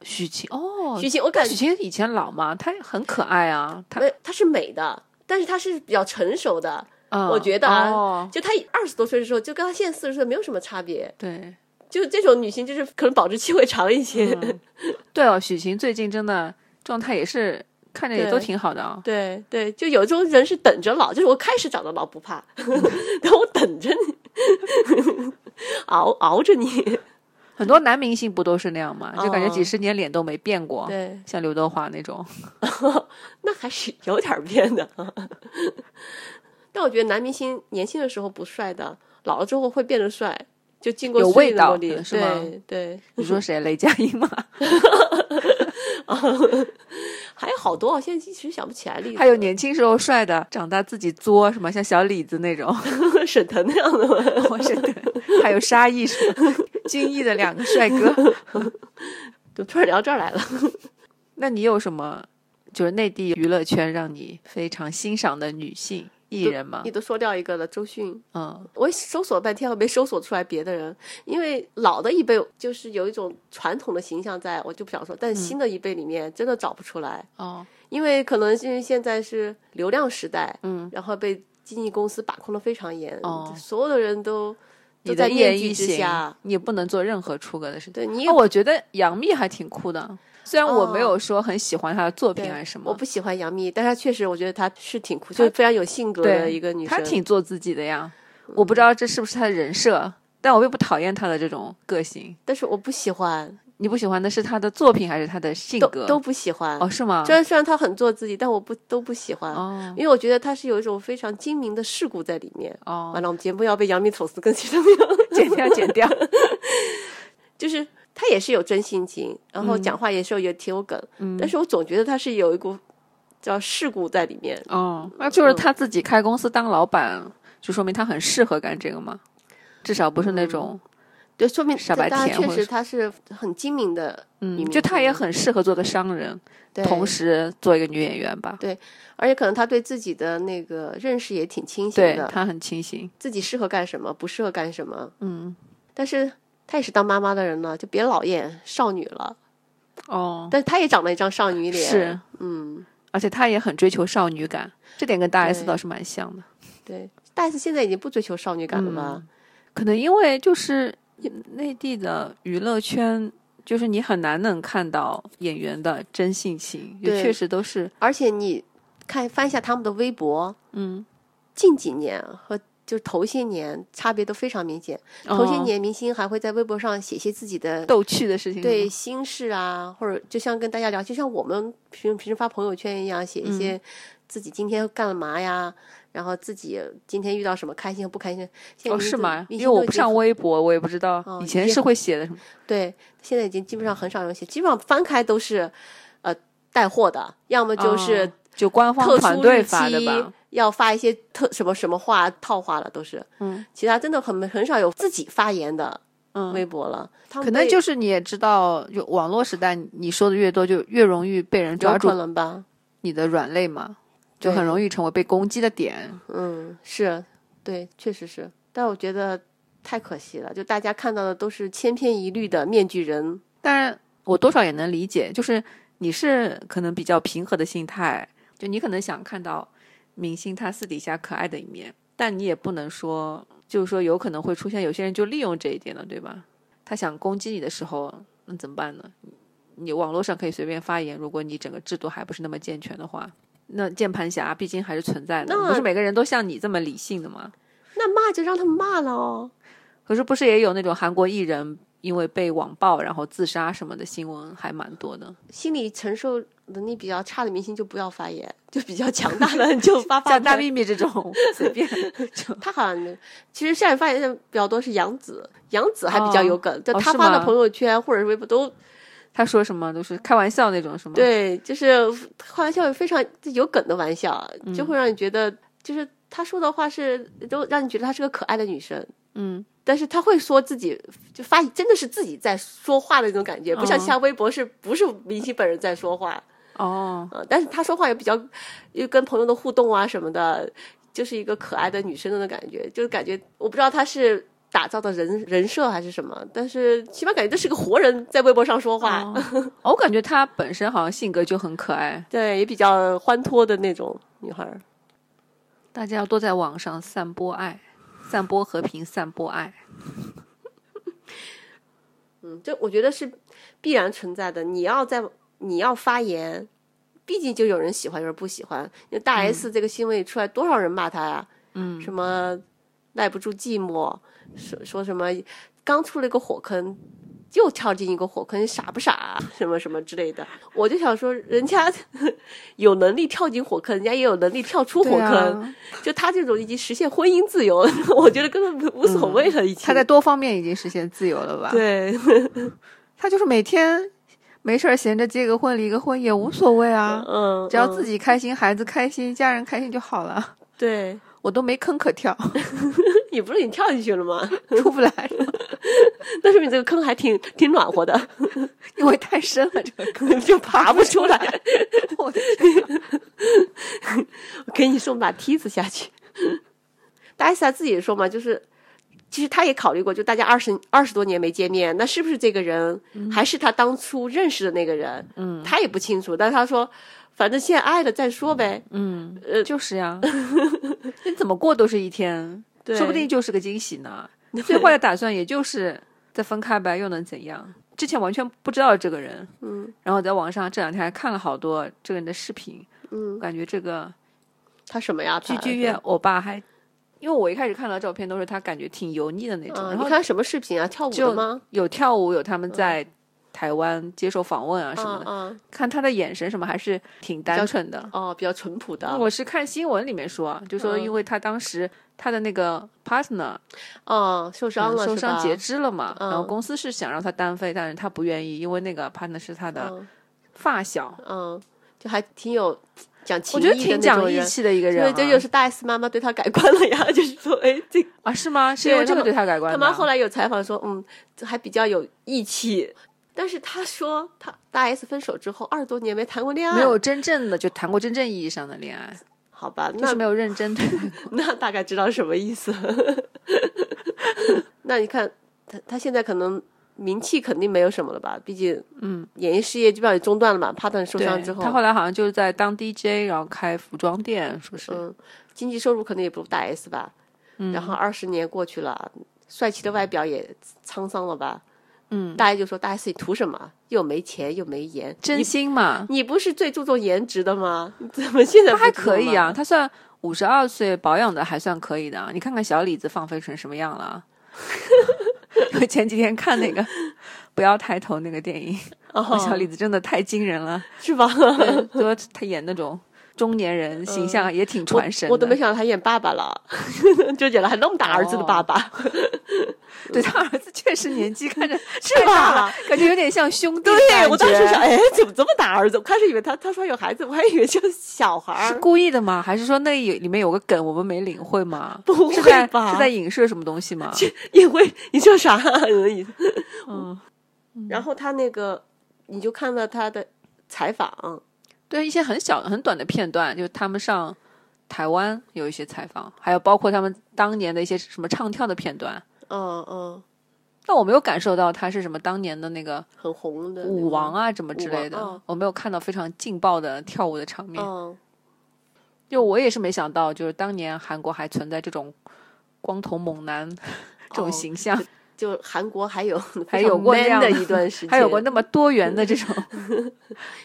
Speaker 2: 许晴哦，
Speaker 1: 许晴，我感
Speaker 2: 许
Speaker 1: 觉
Speaker 2: 晴以前老嘛，她很可爱啊，她
Speaker 1: 没有她是美的，但是她是比较成熟的。
Speaker 2: 嗯
Speaker 1: 我觉得啊
Speaker 2: 哦，
Speaker 1: 就她二十多岁的时候，就跟她现在四十岁没有什么差别。
Speaker 2: 对
Speaker 1: 就这种女性，就是可能保质期会长一些。
Speaker 2: 对哦，许晴最近真的状态也是看着也
Speaker 1: 对
Speaker 2: 都挺好的啊、
Speaker 1: 对对，就有一种人是等着老，就是我开始长得老不怕，
Speaker 2: 嗯
Speaker 1: 但我等着你，熬熬着你。
Speaker 2: 很多男明星不都是那样嘛，就感觉
Speaker 1: 嗯
Speaker 2: 几十年脸都没变过，
Speaker 1: 对，
Speaker 2: 像刘德华那种。
Speaker 1: 那还是有点儿变的。 但我觉得男明星年轻的时候不帅的，老了之后会变得帅，就经过
Speaker 2: 有
Speaker 1: 岁月
Speaker 2: 味
Speaker 1: 的磨
Speaker 2: 道
Speaker 1: 砺，
Speaker 2: 嗯是吗
Speaker 1: 对对，
Speaker 2: 你说谁？雷佳 音吗？
Speaker 1: 还有好多，我现在一时想不起来例子。
Speaker 2: 还有年轻时候帅的，长大自己作什么，像小李子那 种。
Speaker 1: 沈腾那样的吗？
Speaker 2: 我是对，还有沙溢什么，军艺的两个 帅哥。
Speaker 1: 就突然聊这儿来了。
Speaker 2: 那你有什么就是内地娱乐圈让你非常欣赏的女性艺人吗
Speaker 1: 你？都说掉一个了，周迅。
Speaker 2: 嗯，
Speaker 1: 我搜索了半天，我没搜索出来别的人，因为老的一辈就是有一种传统的形象在，我就不想说。但新的一辈里面真的找不出来，
Speaker 2: 哦，
Speaker 1: 因为可能是因为现在是流量时代，
Speaker 2: 嗯，
Speaker 1: 然后被经纪公司把控的非常严，
Speaker 2: 哦
Speaker 1: 所有的人都
Speaker 2: 你
Speaker 1: 都
Speaker 2: 的
Speaker 1: 在
Speaker 2: 一
Speaker 1: 面
Speaker 2: 言
Speaker 1: 具
Speaker 2: 一
Speaker 1: 之
Speaker 2: 行
Speaker 1: 下，，
Speaker 2: 你也不能做任何出格的事情。
Speaker 1: 对你也
Speaker 2: 那我觉得杨幂还挺酷的，虽然我没有说很喜欢她的作品
Speaker 1: 哦对
Speaker 2: 还是什么，
Speaker 1: 我不喜欢杨幂，但她确实我觉得她是挺酷，就是非常有性格的
Speaker 2: 对
Speaker 1: 一个女嗯生。
Speaker 2: 她挺做自己的呀。我不知道这是不是她的人设，但我又不讨厌她的这种个性。
Speaker 1: 但是我不喜欢，
Speaker 2: 你不喜欢的是她的作品还是她的性
Speaker 1: 都
Speaker 2: 格？
Speaker 1: 都不喜欢。
Speaker 2: 哦，是吗？
Speaker 1: 虽然虽然她很做自己，但我不都不喜欢。
Speaker 2: 哦
Speaker 1: 因为我觉得他是有一种非常精明的世故在里面。
Speaker 2: 哦，
Speaker 1: 完了，我们节目要被杨幂吐司跟其他没有，
Speaker 2: 剪掉剪掉。
Speaker 1: 就是他也是有真性情，然后讲话也是有挺有梗，
Speaker 2: 嗯
Speaker 1: 但是我总觉得他是有一股叫世故在里面。
Speaker 2: 哦，那就是
Speaker 1: 嗯
Speaker 2: 他自己开公司当老板，就说明他很适合干这个嘛，至少不是
Speaker 1: 嗯
Speaker 2: 那种，
Speaker 1: 对，说明
Speaker 2: 傻白
Speaker 1: 当然
Speaker 2: 甜
Speaker 1: 确
Speaker 2: 或者
Speaker 1: 实他是很精明的，
Speaker 2: 嗯
Speaker 1: 明，白
Speaker 2: 就他也很适合做个商人，
Speaker 1: 对，
Speaker 2: 同时做一个女演员吧。
Speaker 1: 而且可能他对自己的那个认识也挺清醒
Speaker 2: 对
Speaker 1: 的，
Speaker 2: 他很清醒，
Speaker 1: 自己适合干什么，不适合干什么。
Speaker 2: 嗯，
Speaker 1: 但是他也是当妈妈的人了，就别老演少女了。
Speaker 2: 哦，
Speaker 1: 但是他也长了一张少女脸，
Speaker 2: 是，
Speaker 1: 嗯。
Speaker 2: 而且他也很追求少女感，这点跟大 S
Speaker 1: 对
Speaker 2: 倒是蛮像的。
Speaker 1: 对，大 S 现在已经不追求少女感了
Speaker 2: 嗯
Speaker 1: 吧？
Speaker 2: 可能因为就是内地的娱乐圈，就是你很难能看到演员的真性情，也
Speaker 1: 对
Speaker 2: 确实都是，
Speaker 1: 而且你看翻一下他们的微博，
Speaker 2: 嗯，
Speaker 1: 近几年和就头些年差别都非常明显。头些
Speaker 2: 哦
Speaker 1: 年明星还会在微博上写些自己的
Speaker 2: 逗趣的事情是吗，
Speaker 1: 对心事啊，或者就像跟大家聊，就像我们平平时发朋友圈一样，写一
Speaker 2: 嗯
Speaker 1: 些自己今天干了嘛呀，然后自己今天遇到什么开心和不开心。现在
Speaker 2: 哦，
Speaker 1: 明
Speaker 2: 是
Speaker 1: 星
Speaker 2: 吗？
Speaker 1: 明
Speaker 2: 因
Speaker 1: 星
Speaker 2: 为我
Speaker 1: 都已
Speaker 2: 不
Speaker 1: 经
Speaker 2: 上微博，我也不知道。
Speaker 1: 哦
Speaker 2: 以前
Speaker 1: 也
Speaker 2: 是会写的什么？
Speaker 1: 对，现在已经基本上很少有人写，基本上翻开都是呃带货的，要么就是
Speaker 2: 哦就官方
Speaker 1: 特
Speaker 2: 团
Speaker 1: 殊
Speaker 2: 队
Speaker 1: 日
Speaker 2: 发的
Speaker 1: 期
Speaker 2: 吧？
Speaker 1: 要发一些特什么什么话套话了，都是。
Speaker 2: 嗯，
Speaker 1: 其他真的很很少有自己发言的微
Speaker 2: 嗯，
Speaker 1: 博了，他们
Speaker 2: 可能
Speaker 1: 被
Speaker 2: 就是你也知道，就网络时代，你说的越多，就越容易被人抓
Speaker 1: 有可
Speaker 2: 住
Speaker 1: 能吧。
Speaker 2: 你的软肋嘛，就
Speaker 1: 对
Speaker 2: 很容易成为被攻击的点。
Speaker 1: 嗯，是对，确实是，但我觉得太可惜了，就大家看到的都是千篇一律的面具人。
Speaker 2: 当然，我多少也能理解，就是你是可能比较平和的心态，就你可能想看到明星他私底下可爱的一面，但你也不能说，就是说有可能会出现有些人就利用这一点了，对吧？他想攻击你的时候，那怎么办呢？你网络上可以随便发言，如果你整个制度还不是那么健全的话，那键盘侠毕竟还是存在的，
Speaker 1: 那
Speaker 2: 不是每个人都像你这么理性的嘛。
Speaker 1: 那骂就让他们骂了哦，
Speaker 2: 可是不是也有那种韩国艺人因为被网暴然后自杀什么的新闻还蛮多的？
Speaker 1: 心理承受能力比较差的明星就不要发言，就比较强大 的就发发
Speaker 2: 像大
Speaker 1: 言
Speaker 2: 幂幂这种随便 就
Speaker 1: 他好像没有其实现在发言的比较多是杨紫，杨紫还比较有梗，就
Speaker 2: 哦
Speaker 1: 她
Speaker 2: 是
Speaker 1: 发的
Speaker 2: 吗
Speaker 1: 朋友圈或者是微博都
Speaker 2: 他说什么都是开玩笑那种，是吗？，
Speaker 1: 对，就是开玩笑非常有梗的玩笑，
Speaker 2: 嗯
Speaker 1: 就会让你觉得就是她说的话是都让你觉得她是个可爱的女生，
Speaker 2: 嗯，
Speaker 1: 但是她会说自己就发真的是自己在说话的那种感觉，不像
Speaker 2: 哦
Speaker 1: 其他微博是不是明星本人在说话，
Speaker 2: 哦，
Speaker 1: 呃，但是她说话也比较，又跟朋友的互动啊什么的，就是一个可爱的女生的那种感觉，就是感觉我不知道她是打造的人人设还是什么，但是起码感觉这是个活人在微博上说 话，
Speaker 2: 哦我感觉她本身好像性格就很可爱，
Speaker 1: 对，也比较欢脱的那种女孩儿。
Speaker 2: 大家要多在网上散播爱，散播和平，散播爱。
Speaker 1: 嗯，这我觉得是必然存在的。你要在你要发言，毕竟就有人喜欢，有人不喜欢。那大 S 这个新闻一出来，多少人骂她呀？
Speaker 2: 嗯，
Speaker 1: 什么耐不住寂寞，说说什么刚出了一个火坑，又跳进一个火坑，傻不傻、啊？ 什么什么之类的。我就想说，人家 有能力跳进火坑，人家也有能力跳出火
Speaker 2: 对
Speaker 1: 坑。
Speaker 2: 啊，
Speaker 1: 就他这种已经实现婚姻自由， 我觉得根本无所谓了。已经
Speaker 2: 嗯她在多方面已经实现自由了吧？
Speaker 1: 对。
Speaker 2: 她就是每天没事儿闲着结个婚离个婚也无所谓啊，
Speaker 1: 嗯，
Speaker 2: 只要
Speaker 1: 嗯
Speaker 2: 自己开心，孩子开心，家人开心就好了。
Speaker 1: 对，
Speaker 2: 我都没坑可 跳，
Speaker 1: 你不是你跳进去了吗？
Speaker 2: 出不来，
Speaker 1: 那说明这个坑还挺挺暖和的，
Speaker 2: 因为太深了。这个坑，
Speaker 1: 就爬不出来。
Speaker 2: 我的
Speaker 1: 我给你送把梯子下去。大 S 她自己也说嘛，就是其实她也考虑过，就大家二十二十多年没见面，那是不是这个人、
Speaker 2: 嗯
Speaker 1: 还是她当初认识的那个人？嗯，她也不清楚，但是她说。反正现在爱了再说呗，
Speaker 2: 嗯，就是呀， 你怎么过都是一天，
Speaker 1: 对
Speaker 2: 说不定就是个惊喜 呢。最坏的打算也就是再分开呗，又能怎样？之前完全不知道这个人，嗯，然后在网上这两天还看了好多这个人的视频，嗯，感觉这个
Speaker 1: 他什么呀？
Speaker 2: 居
Speaker 1: 她
Speaker 2: 居月欧巴还，因为我一开始看到照片都是他感觉挺油腻的那种，
Speaker 1: 啊，
Speaker 2: 嗯然
Speaker 1: 你
Speaker 2: 后
Speaker 1: 看什么视频啊？跳舞的吗？
Speaker 2: 有跳舞，有他们
Speaker 1: 嗯
Speaker 2: 在台湾接受访问啊什么
Speaker 1: 啊
Speaker 2: 的，
Speaker 1: 啊
Speaker 2: 看他的眼神什么还是挺单纯的，
Speaker 1: 哦，比较淳朴的嗯
Speaker 2: 我是看新闻里面说，啊就说因为他当时他的那个 partner
Speaker 1: 哦，受伤了
Speaker 2: 嗯受
Speaker 1: 是吧
Speaker 2: 伤截肢了嘛，
Speaker 1: 嗯
Speaker 2: 然后公司是想让他单飞，但是他不愿意，因为那个 partner 是他的
Speaker 1: 嗯
Speaker 2: 发小，
Speaker 1: 嗯，就还挺有讲情
Speaker 2: 我
Speaker 1: 义
Speaker 2: 觉
Speaker 1: 的
Speaker 2: 得
Speaker 1: 那
Speaker 2: 挺
Speaker 1: 种
Speaker 2: 讲义
Speaker 1: 人
Speaker 2: 气的一个人、
Speaker 1: 所
Speaker 2: 啊。
Speaker 1: 以这就是大 S 妈妈对他改观了呀， 就是说，哎，这
Speaker 2: 啊，是吗？是因为
Speaker 1: 对他
Speaker 2: 这个
Speaker 1: 们
Speaker 2: 对他改观
Speaker 1: 他
Speaker 2: 的。
Speaker 1: 妈后来有采访说，嗯，这还比较有义气。但是他说，他大 S 分手之后二十多年没谈过恋爱，
Speaker 2: 没有真正的就谈过真正意义上的恋爱，
Speaker 1: 好吧？
Speaker 2: 就
Speaker 1: 那
Speaker 2: 是没有认真 对待过。
Speaker 1: 那大概知道什么意思。 那你看他，他现在可能名气肯定没有什么了吧？毕竟，嗯，演艺事业基本上也中断了嘛。帕顿受伤之
Speaker 2: 对，
Speaker 1: 后，
Speaker 2: 他后来好像就是在当 DJ，然后开服装店，说是、
Speaker 1: 嗯，经济收入可能也不如大 S 吧。
Speaker 2: 嗯
Speaker 1: 然后二十年过去了，帅气的外表也沧桑了吧？嗯，大 S 就说：“大 S 你图什么？又没钱又没颜，
Speaker 2: 真
Speaker 1: 你
Speaker 2: 心嘛。
Speaker 1: 你不是最注重颜值的吗？ 你怎么现在
Speaker 2: 他
Speaker 1: 不
Speaker 2: 还
Speaker 1: 注
Speaker 2: 可
Speaker 1: 重
Speaker 2: 以
Speaker 1: 了
Speaker 2: 啊，？他算五十二岁保养的还算可以的啊。你看看小李子放飞成什么样了啊？ 我前几天看那个《不要抬头》那个电影，
Speaker 1: 哦
Speaker 2: 小李子真的太惊人 了，
Speaker 1: 是 吧？
Speaker 2: 说他演那种中年人形象也挺传神
Speaker 1: 嗯
Speaker 2: 的。
Speaker 1: 我都没想到他演爸爸了， 就演了还那么大儿
Speaker 2: 哦
Speaker 1: 子的爸爸，
Speaker 2: 对他儿子确实年纪看着
Speaker 1: 是
Speaker 2: 太大了
Speaker 1: 吧？，
Speaker 2: 感觉有点像兄弟的
Speaker 1: 对
Speaker 2: 感
Speaker 1: 我当时
Speaker 2: 觉
Speaker 1: 想，哎，怎么这么大儿子？我开始以为他他说有孩子，我还以为就是小孩
Speaker 2: 是
Speaker 1: 儿。
Speaker 2: 故意的吗？还是说那有里面有个梗我们没领会吗？
Speaker 1: 不
Speaker 2: 是
Speaker 1: 会
Speaker 2: 在
Speaker 1: 吧
Speaker 2: 是在影射什么东西吗？
Speaker 1: 也会，你说啥啊 而已。
Speaker 2: 嗯，
Speaker 1: 然后他那个，你就看到他的采访，
Speaker 2: 对一些很小很短的片段，就是他们上台湾有一些采访，还有包括他们当年的一些什么唱跳的片段。
Speaker 1: 嗯嗯，
Speaker 2: 但我没有感受到他是什么当年的那个
Speaker 1: 很红的
Speaker 2: 舞王，啊，什么之类
Speaker 1: 舞王
Speaker 2: 的
Speaker 1: 哦，
Speaker 2: 我没有看到非常劲爆的跳舞的场面。
Speaker 1: 嗯，
Speaker 2: 就我也是没想到，就是当年韩国还存在这种光头猛男
Speaker 1: 哦
Speaker 2: 这种形象，
Speaker 1: 就韩国还 有
Speaker 2: 还有过
Speaker 1: 非
Speaker 2: 这
Speaker 1: 常
Speaker 2: 样
Speaker 1: man 的一段时间，
Speaker 2: 还有过那么多元的 这种，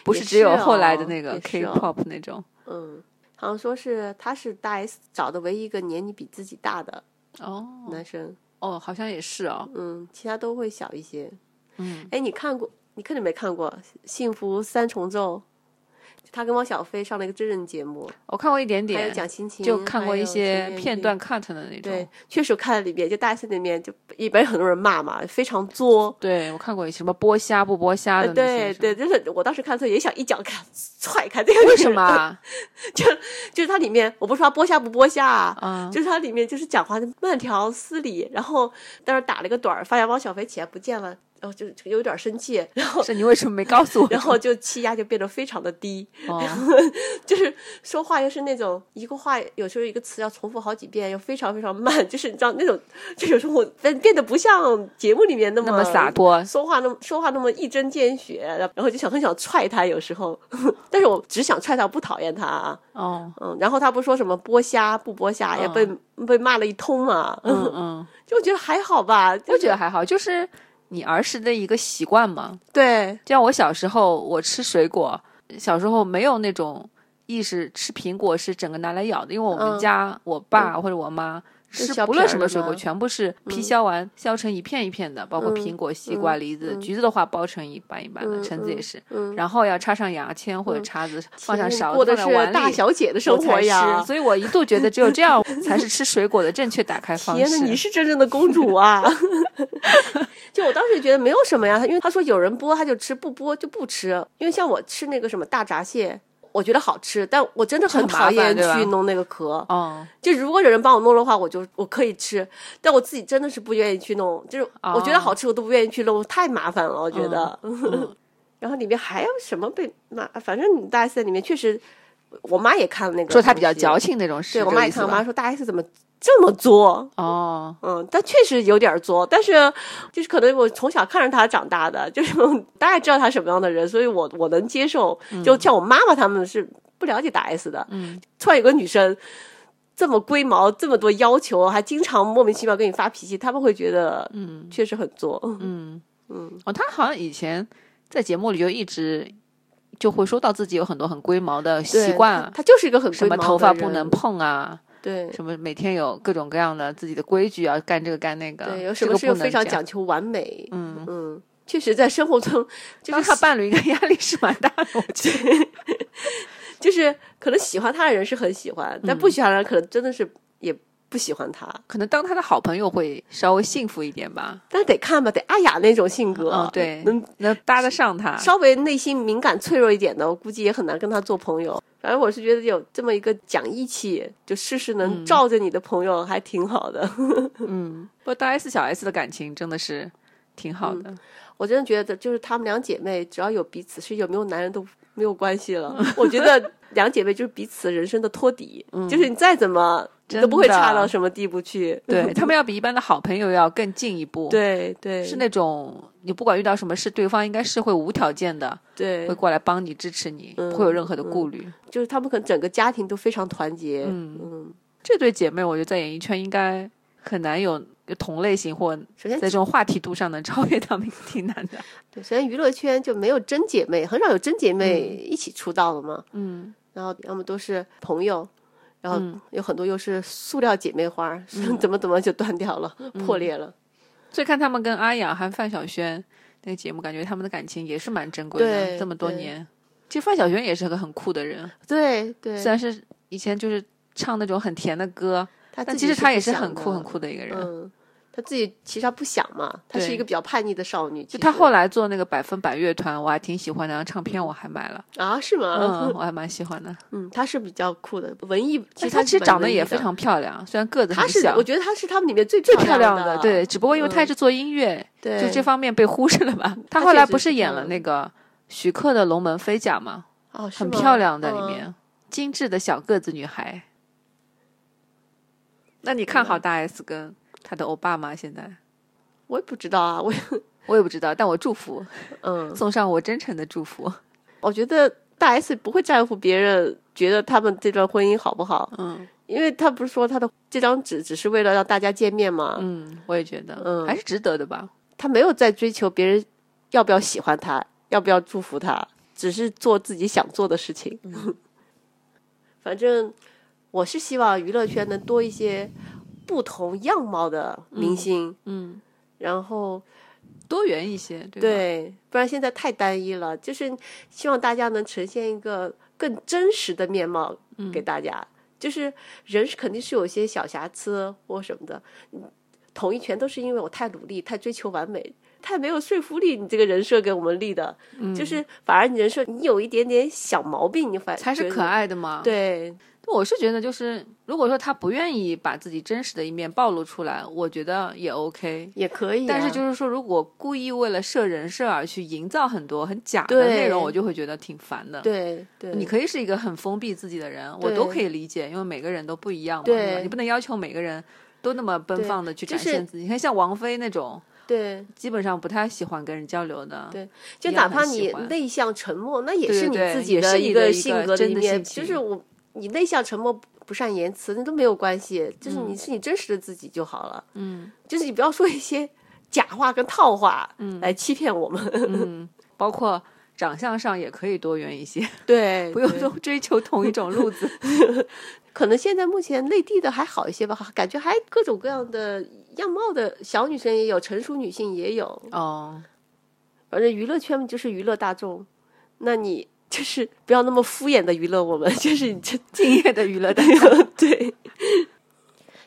Speaker 2: 不
Speaker 1: 也
Speaker 2: 是只有
Speaker 1: 是
Speaker 2: 后来的
Speaker 1: 哦
Speaker 2: 那个
Speaker 1: 也是哦
Speaker 2: K-pop 那种。
Speaker 1: 嗯，好像说是他是大 S 找的唯一一个年龄比自己大的
Speaker 2: 哦
Speaker 1: 男生，
Speaker 2: 哦，好像也是哦。
Speaker 1: 嗯，其他都会小一些。
Speaker 2: 嗯，
Speaker 1: 哎，你看过？你肯定没看过《幸福三重奏》，就他跟汪小菲上了一个真人节目，
Speaker 2: 我看过一点
Speaker 1: 还有
Speaker 2: 点，
Speaker 1: 讲心情，
Speaker 2: 就看过一些
Speaker 1: 还有
Speaker 2: 片段 cut 的那
Speaker 1: 对
Speaker 2: 种。，
Speaker 1: 确实看了里面，就大 S 那边就一般很多人骂嘛，非常作。
Speaker 2: 对，我看过一些什么剥虾不剥虾
Speaker 1: 呃
Speaker 2: 的那
Speaker 1: 对
Speaker 2: 些。
Speaker 1: 对，就是我当时看的时候也想一脚给他踹开这个。
Speaker 2: 为什么？啊？
Speaker 1: 就是它里面，我不是说它剥虾不剥虾啊，
Speaker 2: 啊，
Speaker 1: 就是它里面就是讲话慢条斯理，然后但是打了个盹儿，发现汪小菲起来不见了，然后就有点生气，然后
Speaker 2: 是你为什么没告诉 我？
Speaker 1: 然后就气压就变得非常的低，
Speaker 2: 哦，
Speaker 1: 就是说话又是那种一个话，有时候一个词要重复好几遍，又非常非常慢，就是你知道那种，就有时候我变变得不像节目里面那么
Speaker 2: 那么洒脱，
Speaker 1: 说话那么说话那么一针见血，然后就想很想踹他，有时候， 但是我只想踹他，不讨厌他啊，
Speaker 2: 哦，
Speaker 1: 嗯，然后他不说什么剥虾不剥虾，也被、被骂了一通嘛，
Speaker 2: 嗯嗯，
Speaker 1: 就我觉得还好吧，
Speaker 2: 我觉
Speaker 1: 得
Speaker 2: 得还好，就是你儿时的一个习惯嘛。
Speaker 1: 对，
Speaker 2: 就像我小时候，我吃水果，小时候没有那种意识，吃苹果是整个拿来咬的，因为我们
Speaker 1: 嗯
Speaker 2: 家、我爸或者我妈。
Speaker 1: 是
Speaker 2: 吃
Speaker 1: 削
Speaker 2: 不
Speaker 1: 皮
Speaker 2: 论
Speaker 1: 儿
Speaker 2: 什
Speaker 1: 的
Speaker 2: 么水果，
Speaker 1: 吗
Speaker 2: 全部是皮削完、削成一片一片的，包括
Speaker 1: 嗯
Speaker 2: 苹果、西瓜、梨子、橘子的话包成一瓣一瓣的，
Speaker 1: 嗯
Speaker 2: 橙子也
Speaker 1: 嗯
Speaker 2: 是。
Speaker 1: 嗯，
Speaker 2: 然后要插上牙签或者叉子，放上
Speaker 1: 天
Speaker 2: 勺
Speaker 1: 过
Speaker 2: 子，
Speaker 1: 的
Speaker 2: 放
Speaker 1: 是
Speaker 2: 上碗里，
Speaker 1: 大小姐的生
Speaker 2: 我才
Speaker 1: 活呀
Speaker 2: 吃。所以我一度觉得只有 这样才是吃水果的正确打开方
Speaker 1: 天呐，你
Speaker 2: 式。
Speaker 1: 是真正的公主 啊！ 就我当时觉得没有什么呀，因为他说有人剥他就吃，不剥就不吃。因为像我吃那个什么大闸蟹，我觉得好吃，但我真的很
Speaker 2: 很麻
Speaker 1: 讨
Speaker 2: 烦
Speaker 1: 厌
Speaker 2: 对吧
Speaker 1: 去弄那个壳。
Speaker 2: 哦，
Speaker 1: 就如果有人帮我弄的话，我就我可以吃，但我自己真的是不愿意去弄，就是
Speaker 2: 哦
Speaker 1: 我觉得好吃我都不愿意去弄，太麻烦了，我觉得。
Speaker 2: 嗯
Speaker 1: 然后里面还有什么被骂？反正大 S 在里面确实，我妈也看了那个，
Speaker 2: 说他比较矫，情那种事，
Speaker 1: 对我
Speaker 2: 这个
Speaker 1: 妈也
Speaker 2: 意思
Speaker 1: 看，我
Speaker 2: 吧
Speaker 1: 妈说大 S 怎么这么作？
Speaker 2: 哦，
Speaker 1: 嗯，但确实有点作，但是就是可能我从小看着他长大的，就是大概知道他什么样的人，所以我我能接受。就像我妈妈他们是不了解大 S 的，
Speaker 2: 嗯，
Speaker 1: 突然有个女生这么龟毛，这么多要求，还经常莫名其妙跟你发脾气，他们会觉得
Speaker 2: 嗯
Speaker 1: 确实很作。
Speaker 2: 嗯
Speaker 1: 嗯，
Speaker 2: 哦，他好像以前在节目里就一直就会说到自己有很多很龟毛的
Speaker 1: 对
Speaker 2: 习惯
Speaker 1: 他
Speaker 2: 啊，
Speaker 1: 他就是一个很
Speaker 2: 什
Speaker 1: 龟毛
Speaker 2: 么
Speaker 1: 的
Speaker 2: 头发不
Speaker 1: 人
Speaker 2: 能碰啊，
Speaker 1: 对。
Speaker 2: 什么每天有各种各样的自己的规矩啊，干这个干那个，
Speaker 1: 对，有
Speaker 2: 这
Speaker 1: 什么
Speaker 2: 个
Speaker 1: 事
Speaker 2: 不
Speaker 1: 情非
Speaker 2: 能
Speaker 1: 常
Speaker 2: 这样
Speaker 1: 讲求完美。
Speaker 2: 嗯。
Speaker 1: 嗯，确实在生活中，就
Speaker 2: 当
Speaker 1: 是
Speaker 2: 他伴侣应该压力是蛮大的，我觉得。
Speaker 1: 就是可能喜欢他的人是很喜欢，但
Speaker 2: 嗯
Speaker 1: 不喜欢的人可能真的是也不喜欢他。
Speaker 2: 可能当他的好朋友会稍微幸福一点吧，
Speaker 1: 但是得看吧，得阿雅那种性格，
Speaker 2: 嗯对
Speaker 1: 能
Speaker 2: 能搭得上他。
Speaker 1: 稍微内心敏感脆弱一点的，我估计也很难跟他做朋友。反正我是觉得有这么一个讲义气，就事事能罩着你的朋友，还挺好的。
Speaker 2: 嗯，不过大 S 小 S 的感情真的是挺好
Speaker 1: 嗯
Speaker 2: 的。
Speaker 1: 我真的觉得，就是她们两姐妹，只要有彼此，是有没有男人都没有关系 了。我觉得两姐妹就是彼此人生的托底，就是你再怎么
Speaker 2: 嗯真
Speaker 1: 都不会
Speaker 2: 的
Speaker 1: 差到什么地步去。
Speaker 2: 对他们要比一般的好朋友要更进一步，，
Speaker 1: 对对，
Speaker 2: 是那种你不管遇到什么事，对方应该是会无条件的
Speaker 1: 对
Speaker 2: 会，过来帮你支持你，
Speaker 1: 嗯
Speaker 2: 不会有任何的顾虑。
Speaker 1: 就是她们可能整个家庭都非常团结。
Speaker 2: 嗯
Speaker 1: 嗯，
Speaker 2: 这对姐妹，我觉得在演艺圈应该很难有同类型或在
Speaker 1: 首先
Speaker 2: 这种话题度上能 超越他们，挺难的。
Speaker 1: 对，首先娱乐圈就没有真姐妹，很少有真姐妹一起出道的嘛。
Speaker 2: 嗯，
Speaker 1: 然后要么都是朋友，然后
Speaker 2: 嗯
Speaker 1: 有很多又是塑料姐妹花儿， 怎么怎么就断掉了，
Speaker 2: 嗯
Speaker 1: 破裂了。
Speaker 2: 所以看他们跟阿雅和范晓萱那个节目，感觉他们的感情也是蛮珍贵的，
Speaker 1: 对
Speaker 2: 这么多
Speaker 1: 对
Speaker 2: 年。其实范晓萱也是个很酷的人，
Speaker 1: 对对
Speaker 2: 虽，然是以前就是唱那种很甜的歌，
Speaker 1: 他
Speaker 2: 但
Speaker 1: 自
Speaker 2: 其
Speaker 1: 己
Speaker 2: 实她也是
Speaker 1: 不想
Speaker 2: 很酷
Speaker 1: 的
Speaker 2: 很。酷的一个人。
Speaker 1: 嗯，她自己其实她不想嘛，她是
Speaker 2: 对
Speaker 1: 一个比较叛逆的少女。其
Speaker 2: 就她
Speaker 1: 实
Speaker 2: 后来做那个百分百乐团，我还挺喜欢的，然后唱片我还买了，
Speaker 1: 啊，是吗？
Speaker 2: 嗯，我还蛮喜欢的。
Speaker 1: 嗯，她是比较酷的文艺，
Speaker 2: 其实
Speaker 1: 她
Speaker 2: 她其实
Speaker 1: 蛮
Speaker 2: 长得
Speaker 1: 文艺
Speaker 2: 也
Speaker 1: 的
Speaker 2: 非。常漂亮，虽然个子
Speaker 1: 她
Speaker 2: 很
Speaker 1: 是，
Speaker 2: 小
Speaker 1: 我，觉得她是他们里面最
Speaker 2: 最
Speaker 1: 漂
Speaker 2: 漂亮
Speaker 1: 的，
Speaker 2: 对，只不过因为她
Speaker 1: 嗯
Speaker 2: 是做音乐，
Speaker 1: 对，
Speaker 2: 就这方面被忽视了 吧。她
Speaker 1: 她
Speaker 2: 后
Speaker 1: 确
Speaker 2: 来
Speaker 1: 实
Speaker 2: 不
Speaker 1: 是
Speaker 2: 是
Speaker 1: 漂
Speaker 2: 演
Speaker 1: 亮
Speaker 2: 了那个徐克的《龙门飞甲》吗？
Speaker 1: 哦，是
Speaker 2: 很
Speaker 1: 吗
Speaker 2: 漂亮的里
Speaker 1: 嗯
Speaker 2: 面，精致的小个子女孩。那你看好大 S 跟她的欧巴吗？现在
Speaker 1: 我也不知道 啊，我也
Speaker 2: 我也不知道，但我祝福，
Speaker 1: 嗯，
Speaker 2: 送上我真诚的祝福。
Speaker 1: 我觉得大 S 不会在乎别人觉得他们这段婚姻好不好，
Speaker 2: 嗯
Speaker 1: 因为他不是说他的这张纸只是为了让大家见面嘛，
Speaker 2: 嗯，我也觉得，
Speaker 1: 嗯
Speaker 2: 还是值得的吧。
Speaker 1: 他没有在追求别人要不要喜欢他，要不要祝福他，只是做自己想做的事情。
Speaker 2: 嗯
Speaker 1: 反正我是希望娱乐圈能多一些不同样貌的明星，
Speaker 2: 嗯，
Speaker 1: 然后
Speaker 2: 多元一些，对吧？
Speaker 1: 对，不然现在太单一了。就是希望大家能呈现一个更真实的面貌给大家。
Speaker 2: 嗯
Speaker 1: 就是人是肯定是有一些小瑕疵或什么的，嗯统一全都是因为我太努力、太追求完美，太没有说服力，你这个人设给我们立的，
Speaker 2: 嗯
Speaker 1: 就是反而你人设你有一点点小毛病，你反
Speaker 2: 才是
Speaker 1: 觉得
Speaker 2: 可爱的嘛。
Speaker 1: 对，
Speaker 2: 我是觉得，就是如果说他不愿意把自己真实的一面暴露出来，我觉得也 OK。
Speaker 1: 也可以啊、
Speaker 2: 但是就是说，如果故意为了设人设而去营造很多很假的
Speaker 1: 对
Speaker 2: 内容，我就会觉得挺烦的。
Speaker 1: 对对，
Speaker 2: 你可以是一个很封闭自己的人，我
Speaker 1: 对
Speaker 2: 都可以理解，因为每个人都不一样嘛。
Speaker 1: 对
Speaker 2: 对吧你不能要求每个人都那么奔
Speaker 1: 对
Speaker 2: 放的去
Speaker 1: 就
Speaker 2: 展
Speaker 1: 是
Speaker 2: 现自己。你看，像王菲那种，
Speaker 1: 对，
Speaker 2: 基本上不太喜欢跟人交流的。
Speaker 1: 对就
Speaker 2: 一
Speaker 1: 哪
Speaker 2: 样
Speaker 1: 怕
Speaker 2: 很喜
Speaker 1: 你
Speaker 2: 欢
Speaker 1: 内向沉默，那也
Speaker 2: 对
Speaker 1: 是你
Speaker 2: 对对
Speaker 1: 自己
Speaker 2: 也是
Speaker 1: 一
Speaker 2: 你的一个
Speaker 1: 性格的
Speaker 2: 真
Speaker 1: 一
Speaker 2: 的
Speaker 1: 面。
Speaker 2: 性
Speaker 1: 就
Speaker 2: 情
Speaker 1: 是我，你内向、沉默、不善言辞，那都没有关系，就是你是你真实的自己就好了。
Speaker 2: 嗯，
Speaker 1: 就是你不要说一些假话跟套话，来欺骗我们。
Speaker 2: 嗯包括长相上也可以多元一些，
Speaker 1: 对，
Speaker 2: 不用
Speaker 1: 对
Speaker 2: 都追求同一种 路子。
Speaker 1: 可能现在目前内地的还好一些吧，感觉还各种各样的样貌的小女生也有，成熟女性也有。
Speaker 2: 哦，
Speaker 1: 反正娱乐圈就是娱乐大众，那你 就是不要那么敷衍的娱乐我们， 就是你这
Speaker 2: 敬业的娱乐大
Speaker 1: 对。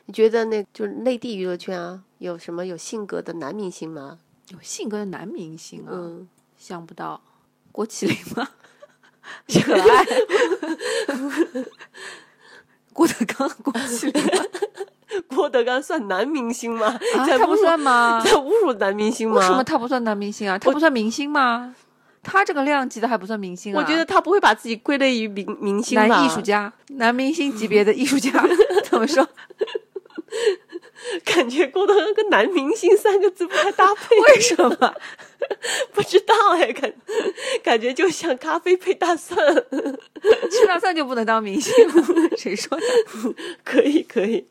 Speaker 1: 你觉得那就是内地娱乐圈啊，有什么有性格的男明星吗？
Speaker 2: 有性格的男明星啊，
Speaker 1: 嗯，
Speaker 2: 想不到郭麒麟吗？ 可爱，郭德纲、郭麒麟吗，
Speaker 1: 郭德纲算男明星吗？
Speaker 2: 啊
Speaker 1: 在
Speaker 2: 他不
Speaker 1: 侮辱
Speaker 2: 算吗？
Speaker 1: 在侮辱男明星吗？
Speaker 2: 为什么他不算男明星啊？他不算明星吗？他这个量级的还不算明星啊？
Speaker 1: 我觉得他不会把自己归类于明明星吧？
Speaker 2: 男艺术家、男明星级别的艺术家怎么说？
Speaker 1: 感觉郭德纲跟“男明星”三个字不太搭 配，
Speaker 2: 为什么？
Speaker 1: 不知道哎，感感觉就像咖啡配大蒜，
Speaker 2: 去大赛就不能当明星了？谁说的？
Speaker 1: 可以可以。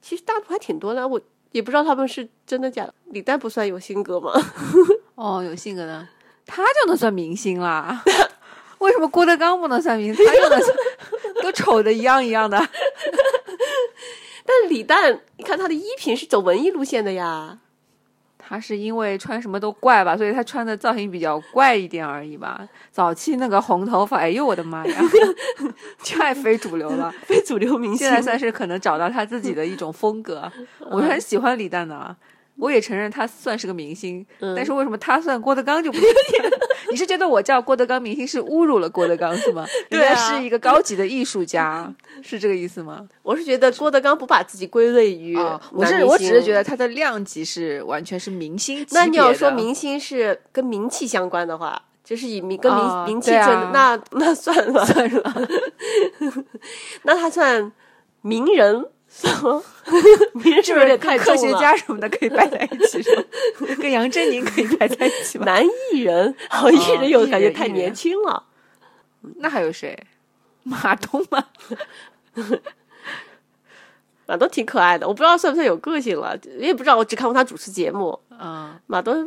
Speaker 1: 其实大陆还挺多的，啊我也不知道他们是真的假的。李诞不算有性格吗？
Speaker 2: 哦，有性格的，他就能算明星啦？ 为什么郭德纲不能算明星？他就能算， 都丑的一样一样的。
Speaker 1: 但是李诞，你看他的衣品是走文艺路线的呀。
Speaker 2: 他是因为穿什么都怪吧，所以他穿的造型比较怪一点而已吧。早期那个红头发，哎呦我的妈呀， 太非主流 了。
Speaker 1: 非主流明
Speaker 2: 现在算是可能找到他自己的一种 风格。我
Speaker 1: 嗯
Speaker 2: 是很喜欢李诞的啊，我也承认他算是个明星，
Speaker 1: 嗯
Speaker 2: 但是为什么他算郭德纲就不行？ 你是觉得我叫郭德纲明星是侮辱了郭德纲 是吗？
Speaker 1: 对啊
Speaker 2: 人家是一个高级的艺术家，是这个意 思吗？
Speaker 1: 我是觉得郭德纲不把自己归类于
Speaker 2: 啊，我
Speaker 1: 男
Speaker 2: 是
Speaker 1: 明
Speaker 2: 我只是
Speaker 1: 星
Speaker 2: 觉得。他的量级是完全是明星级别的。
Speaker 1: 那你要说明星是跟名气相关的话，就是以名跟名、
Speaker 2: 啊
Speaker 1: 名气
Speaker 2: 对
Speaker 1: 争，
Speaker 2: 啊
Speaker 1: 那 那算了算了， 那他算名人算吗？ 名人是不是有点太重
Speaker 2: 科学
Speaker 1: 了？
Speaker 2: 家什么的可以摆在一起，是吗跟杨振宁可以摆在一起吗？
Speaker 1: 男艺人，
Speaker 2: 哦
Speaker 1: 好艺人有感觉太年轻了。
Speaker 2: 那还有谁？马东吗？
Speaker 1: 马东挺可爱的，我不知道算不算有个性了，也不知道，我只看过他主持节目。
Speaker 2: 嗯，
Speaker 1: 马东，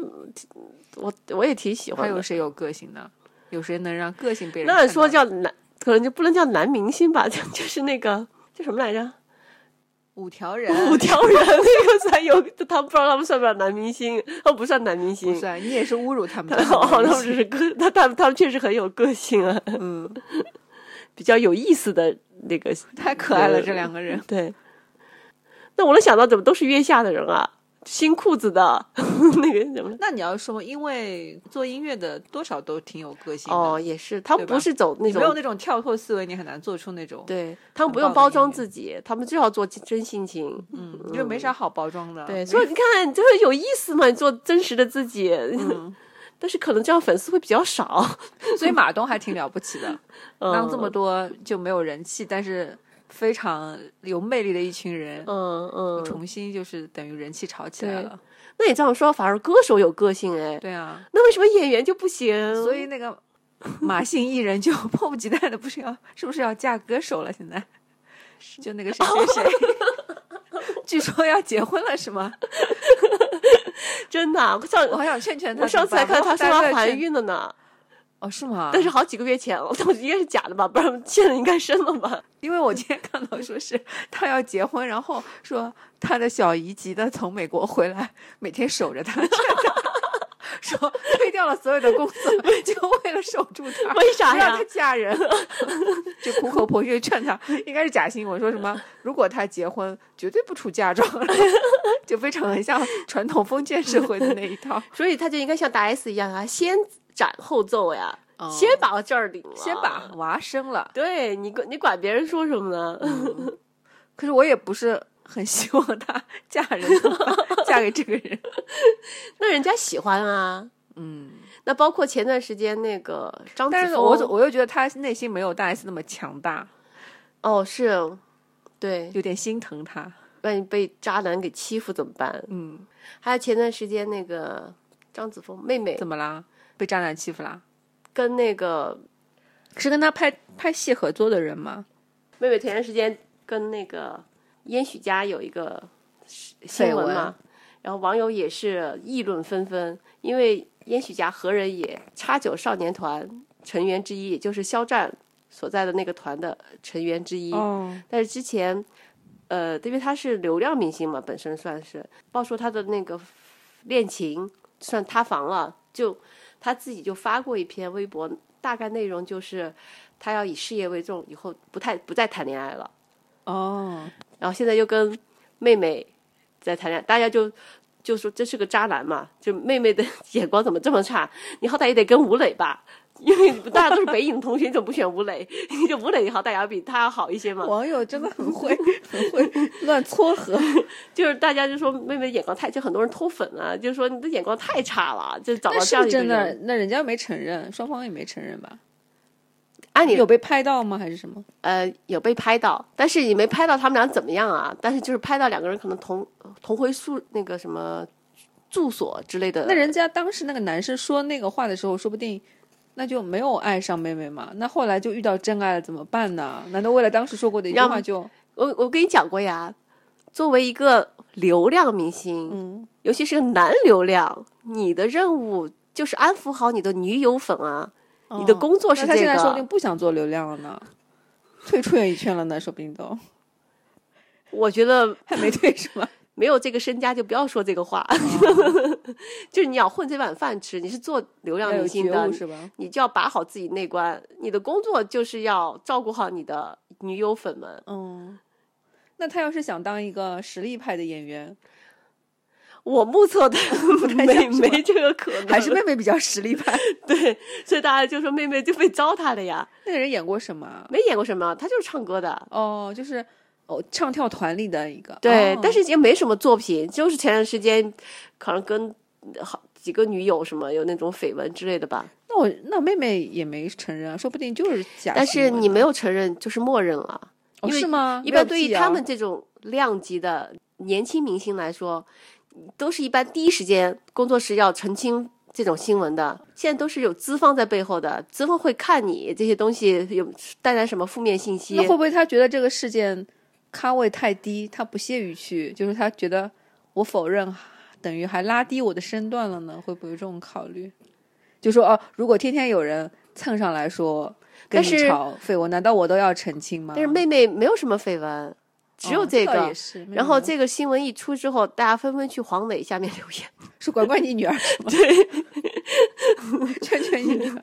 Speaker 1: 我我也挺喜
Speaker 2: 还
Speaker 1: 欢
Speaker 2: 有
Speaker 1: 的。
Speaker 2: 谁有个性呢？有谁能让个性被人看到？
Speaker 1: 那说叫男，可能就不能叫男明星吧， 就就是那个叫什么来着？
Speaker 2: 五条人
Speaker 1: 五条人 那个算有，他不知道他们算不算男明星，他们不算男明
Speaker 2: 不
Speaker 1: 星。
Speaker 2: 算，你也是侮辱他 们
Speaker 1: 他。
Speaker 2: 的
Speaker 1: 哦，他们只是个， 他他们他们确实很有个性啊，
Speaker 2: 嗯，
Speaker 1: 比较有意思的那个。
Speaker 2: 太可爱了，这两个人。
Speaker 1: 对，那我能想到怎么都是月下的人啊，新裤子的 那个什么。
Speaker 2: 那你要说，因为做音乐的多少都挺有个性的，
Speaker 1: 哦，也是，他们
Speaker 2: 对吧
Speaker 1: 不是走那
Speaker 2: 你没有
Speaker 1: 种，
Speaker 2: 那种跳脱思维，你很难做出那种，
Speaker 1: 对他们不
Speaker 2: 很
Speaker 1: 用
Speaker 2: 暴
Speaker 1: 包
Speaker 2: 力
Speaker 1: 装自己，他们就要做真性情。啊
Speaker 2: 嗯，因为没啥好包装的。
Speaker 1: 对，
Speaker 2: 没
Speaker 1: 所以你看， 就是有意思嘛，你做真实的自己。
Speaker 2: 嗯
Speaker 1: 但是可能这样粉丝会比较少，
Speaker 2: 所以马东还挺了不起的，
Speaker 1: 嗯
Speaker 2: 让这么多就没有人气，但是非常有魅力的一群人，
Speaker 1: 嗯嗯，
Speaker 2: 重新就是等于人气炒起来
Speaker 1: 对
Speaker 2: 了。
Speaker 1: 那你这样说，反而歌手有个性哎，
Speaker 2: 对啊，
Speaker 1: 那为什么演员就不行？
Speaker 2: 所以那个马姓艺人就 迫不及待的，不是要是不是要嫁歌手了？现在就那个谁谁谁， 据说要结婚了是吗？
Speaker 1: 真的啊，我上
Speaker 2: 我好想劝劝他。
Speaker 1: 我上次还看她说
Speaker 2: 她
Speaker 1: 她怀，孕了呢，
Speaker 2: 哦是吗？
Speaker 1: 但是好几个月前了，我当时应该是假的吧，不然现在应该生了吧？
Speaker 2: 因为我今天看到说是他要结婚，然后说他的小姨急的从美国回来，每天守着他，劝他 说推掉了所有的工作，就为了守住她，
Speaker 1: 为啥
Speaker 2: 不让
Speaker 1: 呀
Speaker 2: 她？嫁人， 就苦口婆心劝她，应该是假新闻，说什么如果她结婚，绝对不出嫁妆， 就非常很像传统封建社会的那一套，
Speaker 1: 所以他就应该像大 S 一样啊，先斩后奏呀，先把我这儿领了，
Speaker 2: 先把。娃生了。
Speaker 1: 对你管你管别人说什么呢？
Speaker 2: 可是我也不是很希望她嫁人，嫁给这个人。
Speaker 1: 那人家喜欢啊。
Speaker 2: 嗯，
Speaker 1: 那包括前段时间那个张子
Speaker 2: 但是
Speaker 1: 枫，
Speaker 2: 我总我又觉得她内心没有大 S 那么强大，
Speaker 1: 哦是，对，
Speaker 2: 有点心疼她。
Speaker 1: 万一被渣男给欺负怎么办？
Speaker 2: 嗯，
Speaker 1: 还有前段时间那个张子枫妹妹
Speaker 2: 怎么啦？被渣男欺负啦？
Speaker 1: 跟那个
Speaker 2: 是跟他拍拍戏合作的人吗？
Speaker 1: 妹妹前段时间跟那个燕许家有一个新闻嘛，然后网友也是议论纷纷，因为燕许家何人也，叉九少年团成员之一，也就是肖战所在的那个团的成员之一。
Speaker 2: 哦，
Speaker 1: 但是之前，呃，因为他是流量明星嘛，本身算是爆出他的那个恋情算塌房了，就他自己就发过一篇微博，大概内容就是他要以事业为重，以后不太不再谈恋爱了。
Speaker 2: 哦，
Speaker 1: 然后现在又跟妹妹在谈恋爱，大家就就说这是个渣男嘛，就妹妹的 眼光怎么这么差？你好歹也得跟吴磊吧，因为大家都是北影的同学，你怎么不选吴磊？ 你这吴磊好歹也要比他要好一些嘛。
Speaker 2: 网友真的很会，很会乱撮合。
Speaker 1: 就是大家就说妹妹眼光太，就很多人偷粉啊，就说你的眼光太差了，就 找到
Speaker 2: 那
Speaker 1: 这
Speaker 2: 是
Speaker 1: 样
Speaker 2: 不
Speaker 1: 一
Speaker 2: 是
Speaker 1: 个
Speaker 2: 真的
Speaker 1: 人。？
Speaker 2: 那人家没承认，双方也没承认吧？
Speaker 1: 按理
Speaker 2: 有被拍到吗？还是什么？
Speaker 1: 啊呃有被拍到，但是也没拍到他们俩怎么样啊，但是就是拍到两个人可能同同回宿那个什么住所之类的。
Speaker 2: 那人家当时那个男生说那个话的时候，说不定那就没有爱上妹妹嘛。那后来就遇到真爱了，怎么办呢？难道为了当时说过的一句话
Speaker 1: 让
Speaker 2: 就
Speaker 1: 我我跟你讲过呀，作为一个流量明星，
Speaker 2: 嗯，
Speaker 1: 尤其是个男流量，你的任务就是安抚好你的女友粉啊。你的
Speaker 2: 哦
Speaker 1: 工作是
Speaker 2: 那他
Speaker 1: 这
Speaker 2: 现在
Speaker 1: 个
Speaker 2: 说不定不想做流量了呢，退出演艺圈了呢，说不定都
Speaker 1: 我觉得
Speaker 2: 还没退是吧？
Speaker 1: 没有这个身家就不要说这个话， 就是你要混这碗饭吃，你是做 流量
Speaker 2: 要有
Speaker 1: 明星
Speaker 2: 觉
Speaker 1: 的
Speaker 2: 悟，是吧？
Speaker 1: 你就要把好自己那关。你的工作就是要照顾好你的女友粉们。
Speaker 2: 嗯，那他要是想当一个实力派的 演员，
Speaker 1: 我目测的 没没这个 可能，
Speaker 2: 还是妹妹比较实力派？
Speaker 1: 对，所以大家就说妹妹就被糟蹋了呀。
Speaker 2: 那个人演过什么啊？
Speaker 1: 没演过什么，她就是唱歌的。
Speaker 2: 哦，就是哦，唱跳团里的一个。
Speaker 1: 对，
Speaker 2: 哦
Speaker 1: 但是也没什么作品，就是前段时间可能跟好几个女友什么有那种绯闻之类的吧。
Speaker 2: 那我那妹妹也没承认啊，说不定就是假新闻啊。
Speaker 1: 但是你没有承认，就是默认了。
Speaker 2: 哦
Speaker 1: 因为
Speaker 2: 是吗？
Speaker 1: 一
Speaker 2: 没有
Speaker 1: 般对于
Speaker 2: 记啊
Speaker 1: 他们这种量级的年轻明星来说，都是一般第一时间工作室要澄清这种新闻的。现在都是有资方在背后的，资方会看你这些东西有带来什么负面信息
Speaker 2: 那。会不会他觉得这个事件咖位太低，他不屑于去，就是他觉得我否认等于还拉低我的身段了呢？会不会有这种考虑？就说哦，如果天天有人蹭上来说跟
Speaker 1: 但
Speaker 2: 你
Speaker 1: 是
Speaker 2: 吵绯闻，难道我都要澄清吗？
Speaker 1: 但是妹妹没有什么绯闻，只有
Speaker 2: 哦
Speaker 1: 这
Speaker 2: 倒
Speaker 1: 个。
Speaker 2: 也是嗯
Speaker 1: 然后这个新闻一出之后，大家纷纷去黄磊下面留言。
Speaker 2: 是管管你女儿是吗？ 对，劝劝你女儿。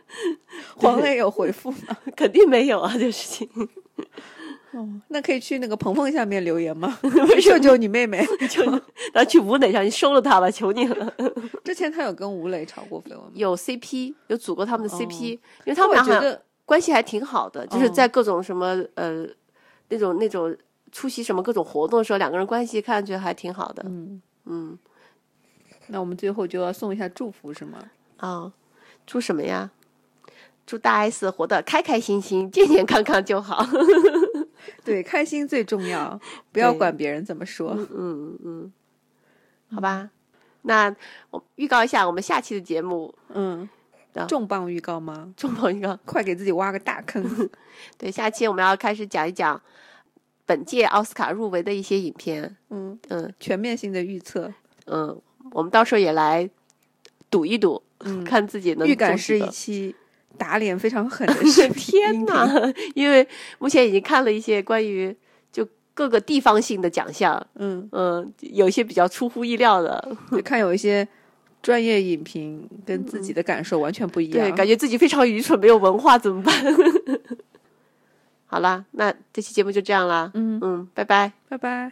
Speaker 2: 黄磊有回复吗？
Speaker 1: 肯定没有啊，这事情
Speaker 2: 那可以去那个鹏鹏下面留言 吗？救救你妹妹！
Speaker 1: 就然后去吴磊上，你收了他吧，求你 了。
Speaker 2: 之前他有跟吴磊吵过绯闻吗？
Speaker 1: 有 CP，有组过他们的 CP，、因为他们
Speaker 2: 他哦我
Speaker 1: 俩好
Speaker 2: 觉
Speaker 1: 像
Speaker 2: 得
Speaker 1: 关系还挺好的，就是
Speaker 2: 嗯
Speaker 1: 在各种什么、呃那种那种出席什么各种活动的时候，两个人关系看上去还挺好的。
Speaker 2: 嗯，
Speaker 1: 嗯
Speaker 2: 那我们最后就要送一下祝福是吗？
Speaker 1: 啊、祝什么呀？祝大 S 活得开开心心、健健康康就好。
Speaker 2: 对，开心最重要，不要
Speaker 1: 对
Speaker 2: 管别人怎么说。
Speaker 1: 嗯嗯，好吧。那我预告一下我们下期的节目，
Speaker 2: 嗯
Speaker 1: 啊，
Speaker 2: 重磅预告吗？
Speaker 1: 众朋友，
Speaker 2: 快给自己挖个大 坑。
Speaker 1: 对，下期我们要开始讲一讲本届奥斯卡入围的一些影片。
Speaker 2: 嗯，
Speaker 1: 嗯
Speaker 2: 全面性的预测，
Speaker 1: 嗯，我们到时候也来赌一赌，
Speaker 2: 嗯，
Speaker 1: 看自己能
Speaker 2: 预感
Speaker 1: 中
Speaker 2: 是
Speaker 1: 几
Speaker 2: 一
Speaker 1: 个
Speaker 2: 期打脸非常 狠的视频。
Speaker 1: 天
Speaker 2: 哪！
Speaker 1: 哪！ 因为目前已经看了一些关于就各个地方性的奖项，呃
Speaker 2: 嗯，
Speaker 1: 嗯，有一些比较出乎意料的，
Speaker 2: 就看有一些专业影评跟自己的感受完全不一样。
Speaker 1: 对，感觉自己非常愚蠢，没有文化怎么办？ 好啦，那这期节目就这样啦。嗯嗯，拜拜。
Speaker 2: 拜拜。